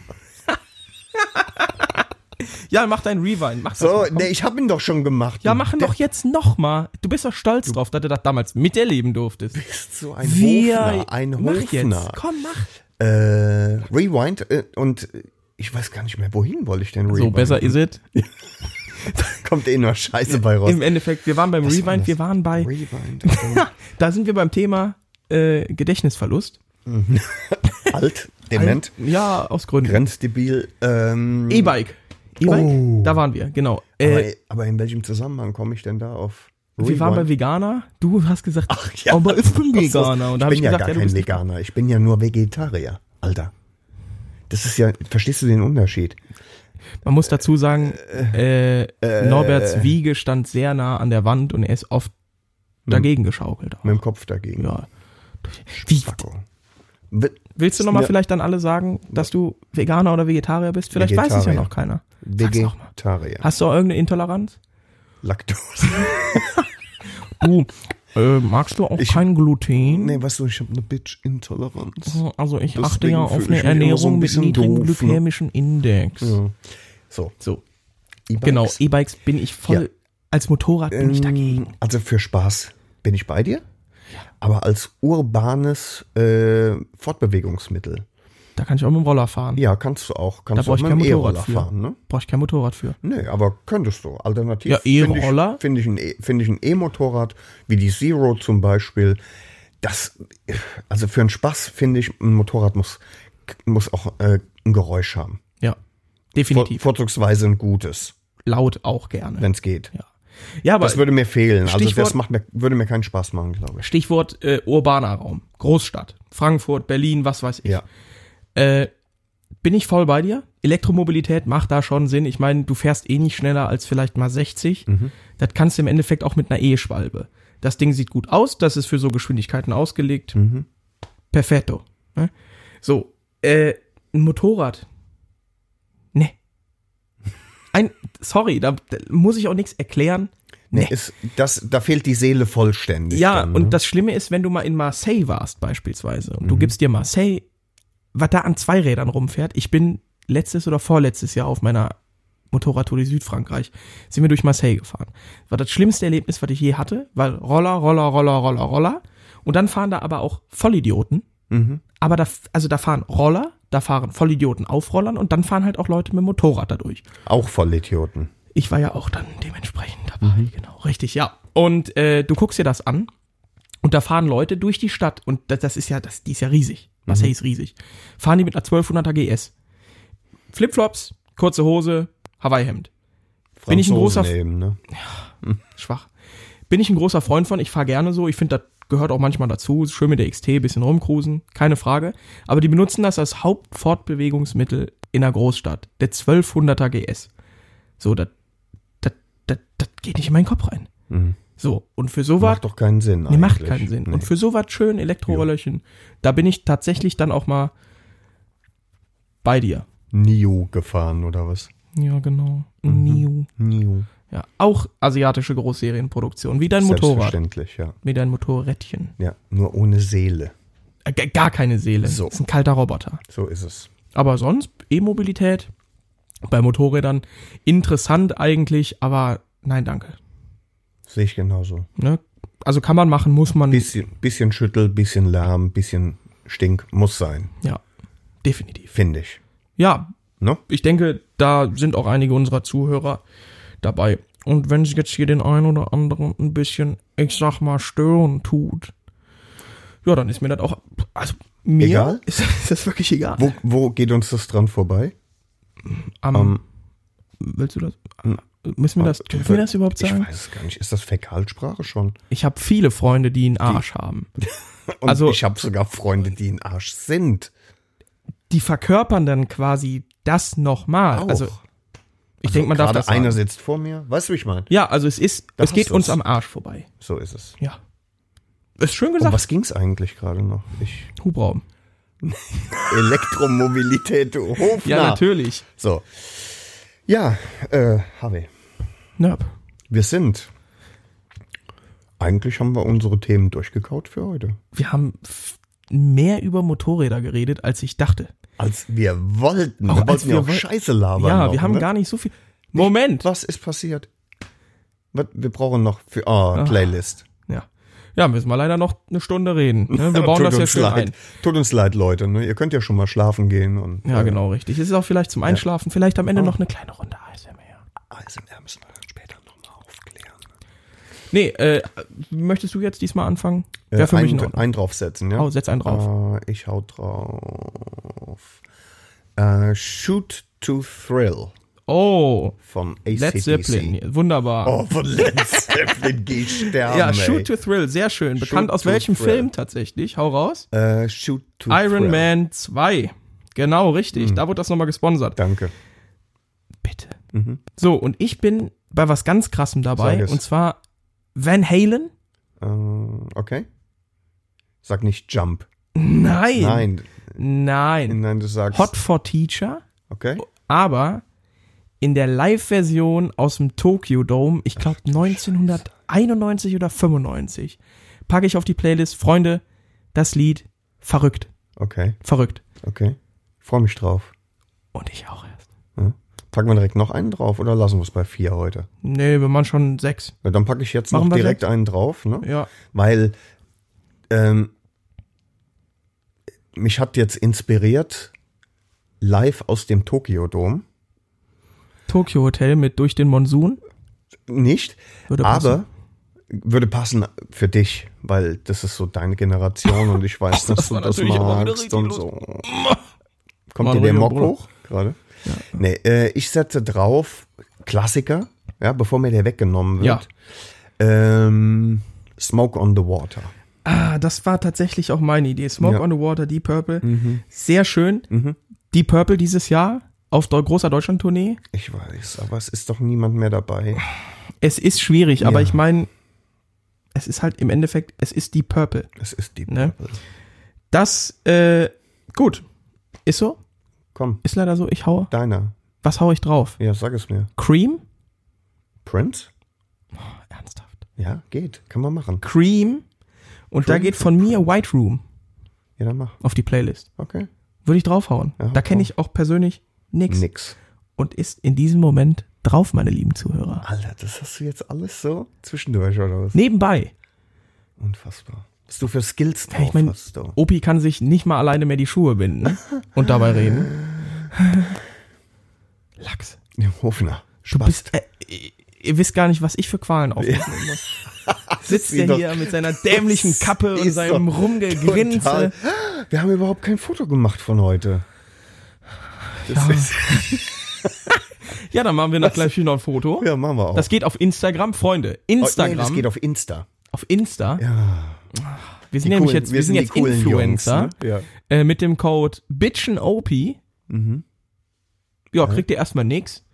<laughs> ja, mach deinen Rewind. Mach das So, mal, komm. nee, ich hab ihn doch schon gemacht. ja, machen Der doch jetzt nochmal. Du bist doch stolz drauf, dass du das damals miterleben durftest. Ist so ein Hofner, ein mach Hofner. jetzt. Komm, mach. Äh, Rewind äh, und äh, ich weiß gar nicht mehr, wohin wollte ich denn Rewind? So, besser ist es. Kommt eh nur Scheiße bei raus. Im Endeffekt, wir waren beim Was war Rewind, das? wir waren bei. Ah, Rewind. da sind wir beim Thema äh, Gedächtnisverlust. Alt, dement. Ja, aus Gründen. Grenzdebil. Ähm, E-Bike. E-Bike? Oh. Da waren wir, genau. aber, Äh, aber in welchem Zusammenhang komme ich denn da auf? wir waren bei Veganer. Du hast gesagt, <laughs> aber ich bin Ach so, Veganer. Und da habe ich ich bin ja gesagt, gar ja, du kein bist nicht Veganer. Ich bin ja nur Vegetarier, Alter. Das ist ja, verstehst du den Unterschied? Man muss dazu sagen, äh, Norberts Wiege stand sehr nah an der Wand und er ist oft dagegen geschaukelt. Mit dem Kopf dagegen. Ja. Wie, Paco. Ve- willst du nochmal Ja. vielleicht dann alle sagen, dass du Veganer oder Vegetarier bist? Vielleicht weiß es ja Vegetarier. noch keiner. Sag's doch mal. Vegetarier. Hast du auch irgendeine Intoleranz? Laktose. <laughs> Du, äh, magst du auch Ich- kein Gluten? Nee, weißt du, ich habe eine Bitch-Intoleranz. Also ich achte Deswegen ja auf fühl eine ich mich immer Ernährung so ein mit bisschen niedrigem doof, ne? glykämischen Index. Ja. So, So, E-Bikes. genau, E-Bikes bin ich voll, Ja. als Motorrad bin ich dagegen. Ähm, Also für Spaß bin ich bei dir. Aber als urbanes äh, Fortbewegungsmittel. Da kann ich auch mit dem Roller fahren. Ja, kannst du auch. Da Kannst du brauche auch ich mit kein dem Motorrad E-Roller für. fahren, ne? Brauche ich kein Motorrad für. Nee, aber könntest du. Alternativ. Ja, E-Roller. Finde ich, find ich ein E- finde ich ein E-Motorrad, wie die Zero zum Beispiel. Das, also für einen Spaß finde ich, ein Motorrad muss, muss auch äh, ein Geräusch haben. Ja, Vor, definitiv. vorzugsweise ein gutes, Laut auch gerne. wenn es geht. Ja, ja aber Das würde mir fehlen. also Stichwort- das macht mir, würde mir keinen Spaß machen, glaube ich. Stichwort äh, urbaner Raum, Großstadt, Frankfurt, Berlin, was weiß ich. Ja. Äh, bin ich voll bei dir. Elektromobilität macht da schon Sinn. Ich meine, du fährst eh nicht schneller als vielleicht mal 60. Mhm. Das kannst du im Endeffekt auch mit einer E-Schwalbe. Das Ding sieht gut aus, das ist für so Geschwindigkeiten ausgelegt. Mhm. Perfetto. Ne? So, äh, ein Motorrad. Ne. Ein, sorry, da, da muss ich auch nichts erklären. Nee. Ist, das, da fehlt die Seele vollständig. Ja, dann, ne? und das Schlimme ist, wenn du mal in Marseille warst beispielsweise Mhm. und du gibst dir Marseille, was da an Zweirädern rumfährt. Ich bin letztes oder vorletztes Jahr auf meiner Motorradtour durch Südfrankreich, sind wir durch Marseille gefahren. War das schlimmste Erlebnis, was ich je hatte, weil Roller, Roller, Roller, Roller, Roller. Und dann fahren da aber auch Vollidioten. Mhm. Aber da, also da fahren Roller, da fahren Vollidioten auf Rollern und dann fahren halt auch Leute mit dem Motorrad dadurch. Auch Vollidioten. Ich war ja auch dann dementsprechend dabei, genau. Richtig, ja. Und äh, du guckst dir das an und da fahren Leute durch die Stadt und das, das ist ja, das, die ist ja riesig. Marseille ist riesig. Fahren die mit einer 1200er GS. Flipflops, kurze Hose, Hawaii-Hemd. Bin ich ein großer Franzosen eben, ne? Schwach. Bin ich ein großer Freund von, ich fahre gerne so, ich finde, das gehört auch manchmal dazu. Schön mit der XT, bisschen rumcruisen, keine Frage. Aber die benutzen das als Hauptfortbewegungsmittel in der Großstadt. Der 1200er GS. So, das das- das- das geht nicht in meinen Kopf rein. So, und für sowas. Macht doch keinen Sinn. Nee, macht eigentlich. keinen Sinn. Nee. Und für sowas schön Elektrorollerchen, da bin ich tatsächlich dann auch mal bei dir. Nio gefahren oder was? Ja, genau. New. Nio. Ja, auch asiatische Großserienproduktion, wie dein Motorrad. Selbstverständlich, ja. Wie dein Motorrädchen. Ja, nur ohne Seele. Äh, g- Gar keine Seele. So. Ist ein kalter Roboter. So ist es. Aber sonst E-Mobilität bei Motorrädern interessant eigentlich, aber nein, danke. Sehe ich genauso. Ne? Also kann man machen, muss man. Bisschen, bisschen Schüttel, bisschen Lärm, bisschen Stink muss sein, ja, definitiv. finde ich. Ja, Ne? ich denke, da sind auch einige unserer Zuhörer dabei. Und wenn es jetzt hier den einen oder anderen ein bisschen, ich sag mal, stören tut, ja, dann ist mir das auch. Also, mir Egal? Ist, <laughs> ist das wirklich egal. Wo, wo geht uns das dran vorbei? Am, Ähm, willst du das? Müssen wir das, dürfen wir das überhaupt sagen? Oh, Ich weiß es gar nicht. Ist das Fäkalsprache schon? Ich habe viele Freunde, die einen Arsch haben. Und Also- ich habe sogar Freunde, die ein Arsch sind. Die verkörpern dann quasi das nochmal. Auch. Also Also ich denke, man darf Gerade das sagen. einer sitzt vor mir. Weißt du, wie ich meine? ja, also es ist, Da es geht hast du's. uns am Arsch vorbei. So ist es. Ja. Ist schön Um gesagt. was ging's eigentlich gerade noch? Ich Hubraum. Elektromobilität, du Hofner. Ja, natürlich. So. Ja, äh, Harvey, Nörp. wir sind. Eigentlich haben wir unsere Themen durchgekaut für heute. Wir haben f- mehr über Motorräder geredet, als ich dachte. Als wir wollten. Auch wir als wollten ja wir auch woll- Scheiße labern. ja, noch, wir haben ne? gar nicht so viel. Moment. Was ist passiert? Was, wir brauchen noch für. Ah, Playlist. Ja. Ja, müssen wir leider noch eine Stunde reden. Ne? <laughs> Wir bauen Tut das ja uns schön leid. ein. Tut uns leid, Leute. Ne? Ihr könnt ja schon mal schlafen gehen. Und, Ja, äh, genau, richtig. Es ist auch vielleicht zum Einschlafen, vielleicht am Ende noch eine kleine Runde ASMR. Eis im Ärmel müssen also, wir dann später nochmal aufklären. Nee, äh, möchtest du jetzt diesmal anfangen? Wäre für Äh, mich in einen, Ordnung. einen draufsetzen, ja? Oh, setz einen drauf. Äh, ich hau drauf. Äh, Shoot to Thrill Oh, von Led Zeppelin. ACDC. Wunderbar. Oh, von Led Zeppelin geh ich sterben, <laughs> ja, ey. Shoot to Thrill, sehr schön. Bekannt Shoot aus to welchem Thrill. Film tatsächlich? Hau raus. äh, Shoot to Iron Thrill. Man 2. Genau, richtig. Da wurde das nochmal gesponsert. Danke. Mhm. Bitte. So, und ich bin bei was ganz krassem Sag dabei, es. und zwar Van Halen. Äh, okay. Sag nicht Jump. Nein. Nein. Nein. Nein, du sagst. Hot for Teacher, Okay. aber in der Live-Version aus dem Tokyo Dome, ich glaube 1991 oder 95, packe ich auf die Playlist, Freunde, das Lied verrückt, Okay. verrückt. Okay. Freue mich drauf. Und ich auch erst. Ja. Packen wir direkt noch einen drauf oder lassen wir es bei vier heute? Nee, wir machen schon sechs. Na, dann packe ich jetzt Machen noch wir direkt einen drauf, ne? Ja. Weil ähm, mich hat jetzt inspiriert live aus dem Tokio Dom. Tokyo Hotel mit Durch den Monsun. Nicht, Würde aber würde passen für dich, weil das ist so deine Generation und ich weiß, <laughs> das dass du war das natürlich aber wieder magst richtig und los. so. <laughs> Kommt Mal dir der ruhig, Mock Bruder. hoch gerade? Nee, äh, ich setze drauf Klassiker, ja, bevor mir der weggenommen Ja. wird. Ähm, Smoke on the Water. Ah, das war tatsächlich auch meine Idee. Smoke Ja. Mhm. on the Water, Deep Purple. Sehr schön. Deep Purple dieses Jahr auf deu- großer Deutschland-Tournee. Ich weiß, aber es ist doch niemand mehr dabei. Es ist schwierig, aber ich meine, es ist halt im Endeffekt, es ist Deep Purple. Es ist Deep Ne? Purple. Das, äh, gut. Ist so. Komm, Ist leider so. Ich hau. deiner. Was hau ich drauf? Ja, sag es mir. Cream? Prince? Ernsthaft. Ja, geht. Kann man machen. Cream. Und da Cream geht von mir White Room Ja, dann mach. auf die Playlist. Okay. Würde ich draufhauen. Ja, da kenne ich auch persönlich nix. Nix. Und ist in diesem Moment drauf, meine lieben Zuhörer. Alter, das hast du jetzt alles so zwischendurch oder was? Nebenbei. Unfassbar. Was du für Skills drauf Ja, ich meine, hast, du. Opi kann sich nicht mal alleine mehr die Schuhe binden ne? und dabei reden. <laughs> Lachs. Ja, Hofner. Du Spaß. bist, äh, ihr- ihr wisst gar nicht, was ich für Qualen aufnehmen muss. <laughs> Sitzt Sieht der doch- hier mit seiner dämlichen Kappe und Ist seinem doch Rumgegrinse. total- Wir haben überhaupt kein Foto gemacht von heute. Das ist, Ja, dann machen wir noch gleich noch ein Foto. ja, machen wir auch. Das geht auf Instagram, Freunde. Instagram. Oh, nee, das geht auf Insta. auf Insta. Ja. Wir sind nämlich jetzt, wir sind die jetzt coolen Influencer. Jungs, ne? ja. äh, mit dem Code BitchenOP. Mhm. Ja, kriegt ihr erstmal nix.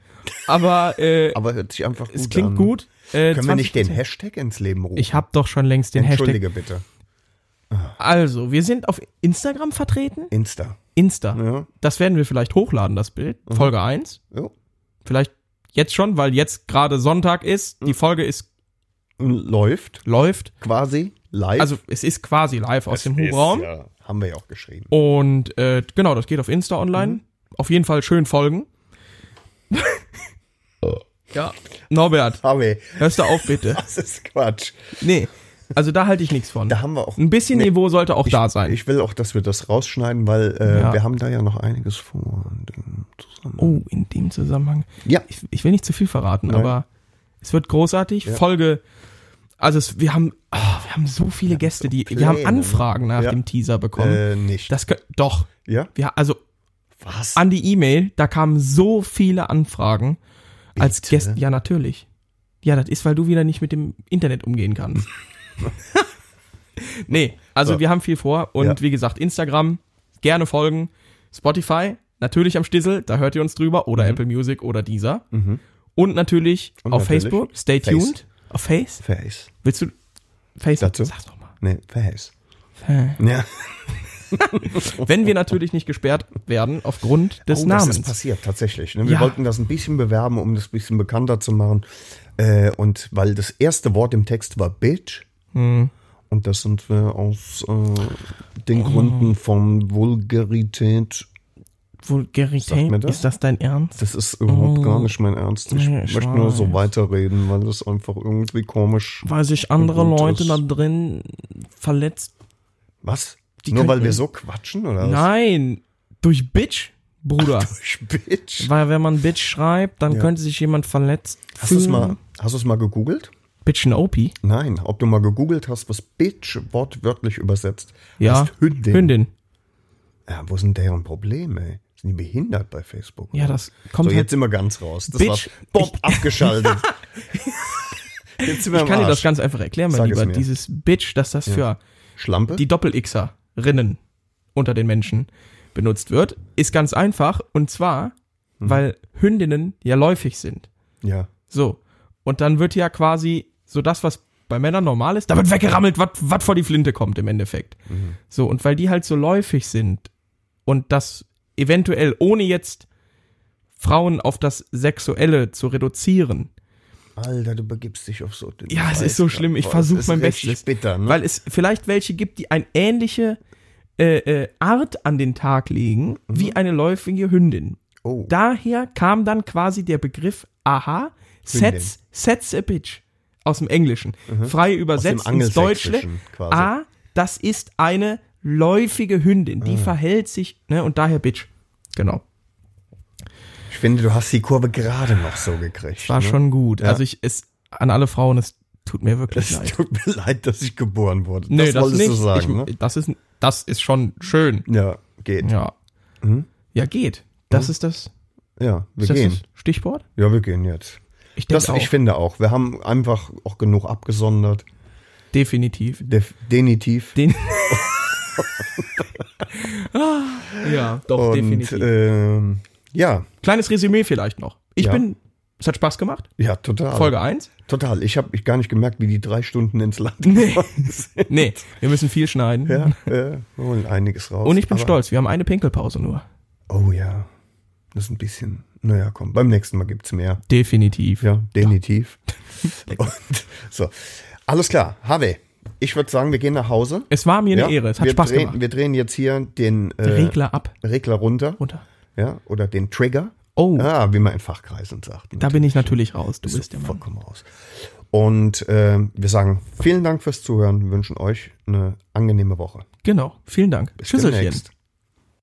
Aber, äh, Aber hört sich einfach <laughs> gut es klingt an. gut. Äh, Können wir nicht den 20%. Hashtag ins Leben rufen? Ich habe doch schon längst den Hashtag. Entschuldige bitte. Also, wir sind auf Instagram vertreten. Insta. Insta. Ja. Das werden wir vielleicht hochladen, das Bild. Mhm. Folge 1. Jo. Vielleicht jetzt schon, weil jetzt gerade Sonntag ist. Mhm. Die Folge ist, Läuft läuft. quasi live. Also, es ist quasi live aus dem Hubraum. Ja, haben wir ja auch geschrieben. Und äh, genau, das geht auf Insta online. Mhm. Auf jeden Fall schön <laughs> folgen. Oh. ja. Norbert, Haben wir. <laughs> hörst du auf bitte. Das ist Quatsch. Nee, also da halte ich nichts von. Da haben wir auch. Ein bisschen Niveau sollte auch da sein. Ich will auch, dass wir das rausschneiden, weil äh, Ja. wir haben da ja noch einiges vor. Und, ähm, zusammen. oh, in dem Zusammenhang. Ja. Ich, ich will nicht zu viel verraten, aber es wird großartig. Folge. Also es, wir haben, ah, wir haben so viele Gäste, die wir haben Pläne, Anfragen nach ne? Ja. dem Teaser bekommen. Äh, nicht. Das kö- doch. ja? Wir, also Was? an die E-Mail, da kamen so viele Anfragen als Bitte? Gäste. Ja, natürlich. Ja, das ist, weil du wieder nicht mit dem Internet umgehen <laughs> kannst. nee, also wir haben viel vor und Ja. wie gesagt, Instagram, gerne folgen, Spotify, natürlich am Stissel, da hört ihr uns drüber, oder Apple Music oder dieser. Und natürlich Mhm. Und auf natürlich Facebook, stay Face. tuned. Auf Face? Face. Willst du Face? Dazu? Sag's doch mal. Nee, Face. Ja. Wenn wir natürlich nicht gesperrt werden aufgrund des Oh, Das ist Namens. passiert, tatsächlich. Ne? Wir Ja. wollten das ein bisschen bewerben, um das ein bisschen bekannter zu machen. Äh, und weil das erste Wort im Text war Bitch. Hm. Und das sind wir aus äh, Oh. den Gründen von Vulgarität. Sagt mir Vulgarität, das? ist das dein Ernst? Das ist überhaupt gar nicht mein Ernst. Ich Oh. Nee, ich möchte nur so weiß. weiterreden, weil das einfach irgendwie komisch. weil sich andere Und Leute das- da drin verletzt. Was? Die nur weil könnten- wir so quatschen oder was? Nein, durch Bitch, Bruder. Durch Bitch. weil wenn man Bitch schreibt, dann Ja. könnte sich jemand verletzt Hast du es fühlen. mal, hast du's mal gegoogelt? Bitchen OP. Nein, ob du mal gegoogelt hast, was Bitch wortwörtlich übersetzt. Ja. Heißt Hündin. Hündin. Ja, wo sind deren Probleme, ey? Sind die behindert bei Facebook? Ja, oder? das kommt so, jetzt halt. sind wir ganz raus. Das Bitch, war Bob <laughs> abgeschaltet. jetzt sind wir Ich kann am dir das Arsch. ganz einfach erklären, mein Sag es Lieber. mir. Dieses Bitch, dass das für Schlampe? die Doppel-Xerinnen unter den Menschen benutzt wird, ist ganz einfach. Und zwar Hm. weil Hündinnen ja läufig sind. Ja. So. Und dann wird ja quasi so das, was bei Männern normal ist, da wird weggerammelt, was was vor die Flinte kommt im Endeffekt. So, und weil die halt so läufig sind und das eventuell, ohne jetzt Frauen auf das Sexuelle zu reduzieren, Alter, du begibst dich auf so Oh, dünn. ja, es ist so schlimm. Ich versuche mein Bestes. bitter, ne? Weil es vielleicht welche gibt, die eine ähnliche äh, äh, Art an den Tag legen wie eine läufige Hündin. oh, Daher kam dann quasi der Begriff Aha, sets, sets a bitch. Aus dem Englischen. Frei übersetzt ins Deutsche. Mhm. Angelsächsischen quasi. A, das ist eine läufige Hündin. Ah. Die verhält sich, ne, und daher Bitch. Genau. ich finde, du hast die Kurve gerade noch so gekriegt. War ne? schon gut. Also ich, es, an alle Frauen, es tut mir wirklich Es leid. tut mir leid, dass ich geboren wurde. Nee, das, wolltest nicht. du sagen, ich, das, ist, das ist schon schön. ne? Ja, geht. Ja. Ja, geht. Das ist das, Ja, Mhm. wir ist das, gehen. das Stichwort? Ja, wir gehen jetzt. Ich denke Das, auch. ich finde auch. Wir haben einfach auch genug abgesondert. definitiv. Def Denitiv. <laughs> Den Ah, ja, doch, Und definitiv. ähm, ja, Kleines Resümee vielleicht noch. Ich Ja. bin, es hat Spaß gemacht. ja, total. Folge <laughs> 1. Total. Ich habe ich gar nicht gemerkt, wie die drei Stunden ins Land <laughs> Nee. gekommen sind. Nee, wir müssen viel schneiden. Ja, äh, wir holen einiges raus. Und ich bin Aber- stolz, wir haben eine Pinkelpause nur. Oh ja, das ist ein bisschen. Naja, komm, beim nächsten Mal gibt's mehr. Definitiv. Ja, definitiv. <laughs> Und so, alles klar. Harvey, ich würde sagen, wir gehen nach Hause. Es war mir eine Ja, Ehre, es hat wir Spaß drehen, gemacht. Wir drehen jetzt hier den äh, Regler. Regler ab. runter, Runter. ja, oder den Trigger. Oh. Ah, wie man in Fachkreisen sagt. Da bin ich natürlich raus, du Bist bist der Mann. vollkommen raus. Und äh, wir sagen vielen Dank fürs Zuhören, wünschen euch eine angenehme Woche. Genau, vielen Dank. Bis Tschüsselchen. demnächst.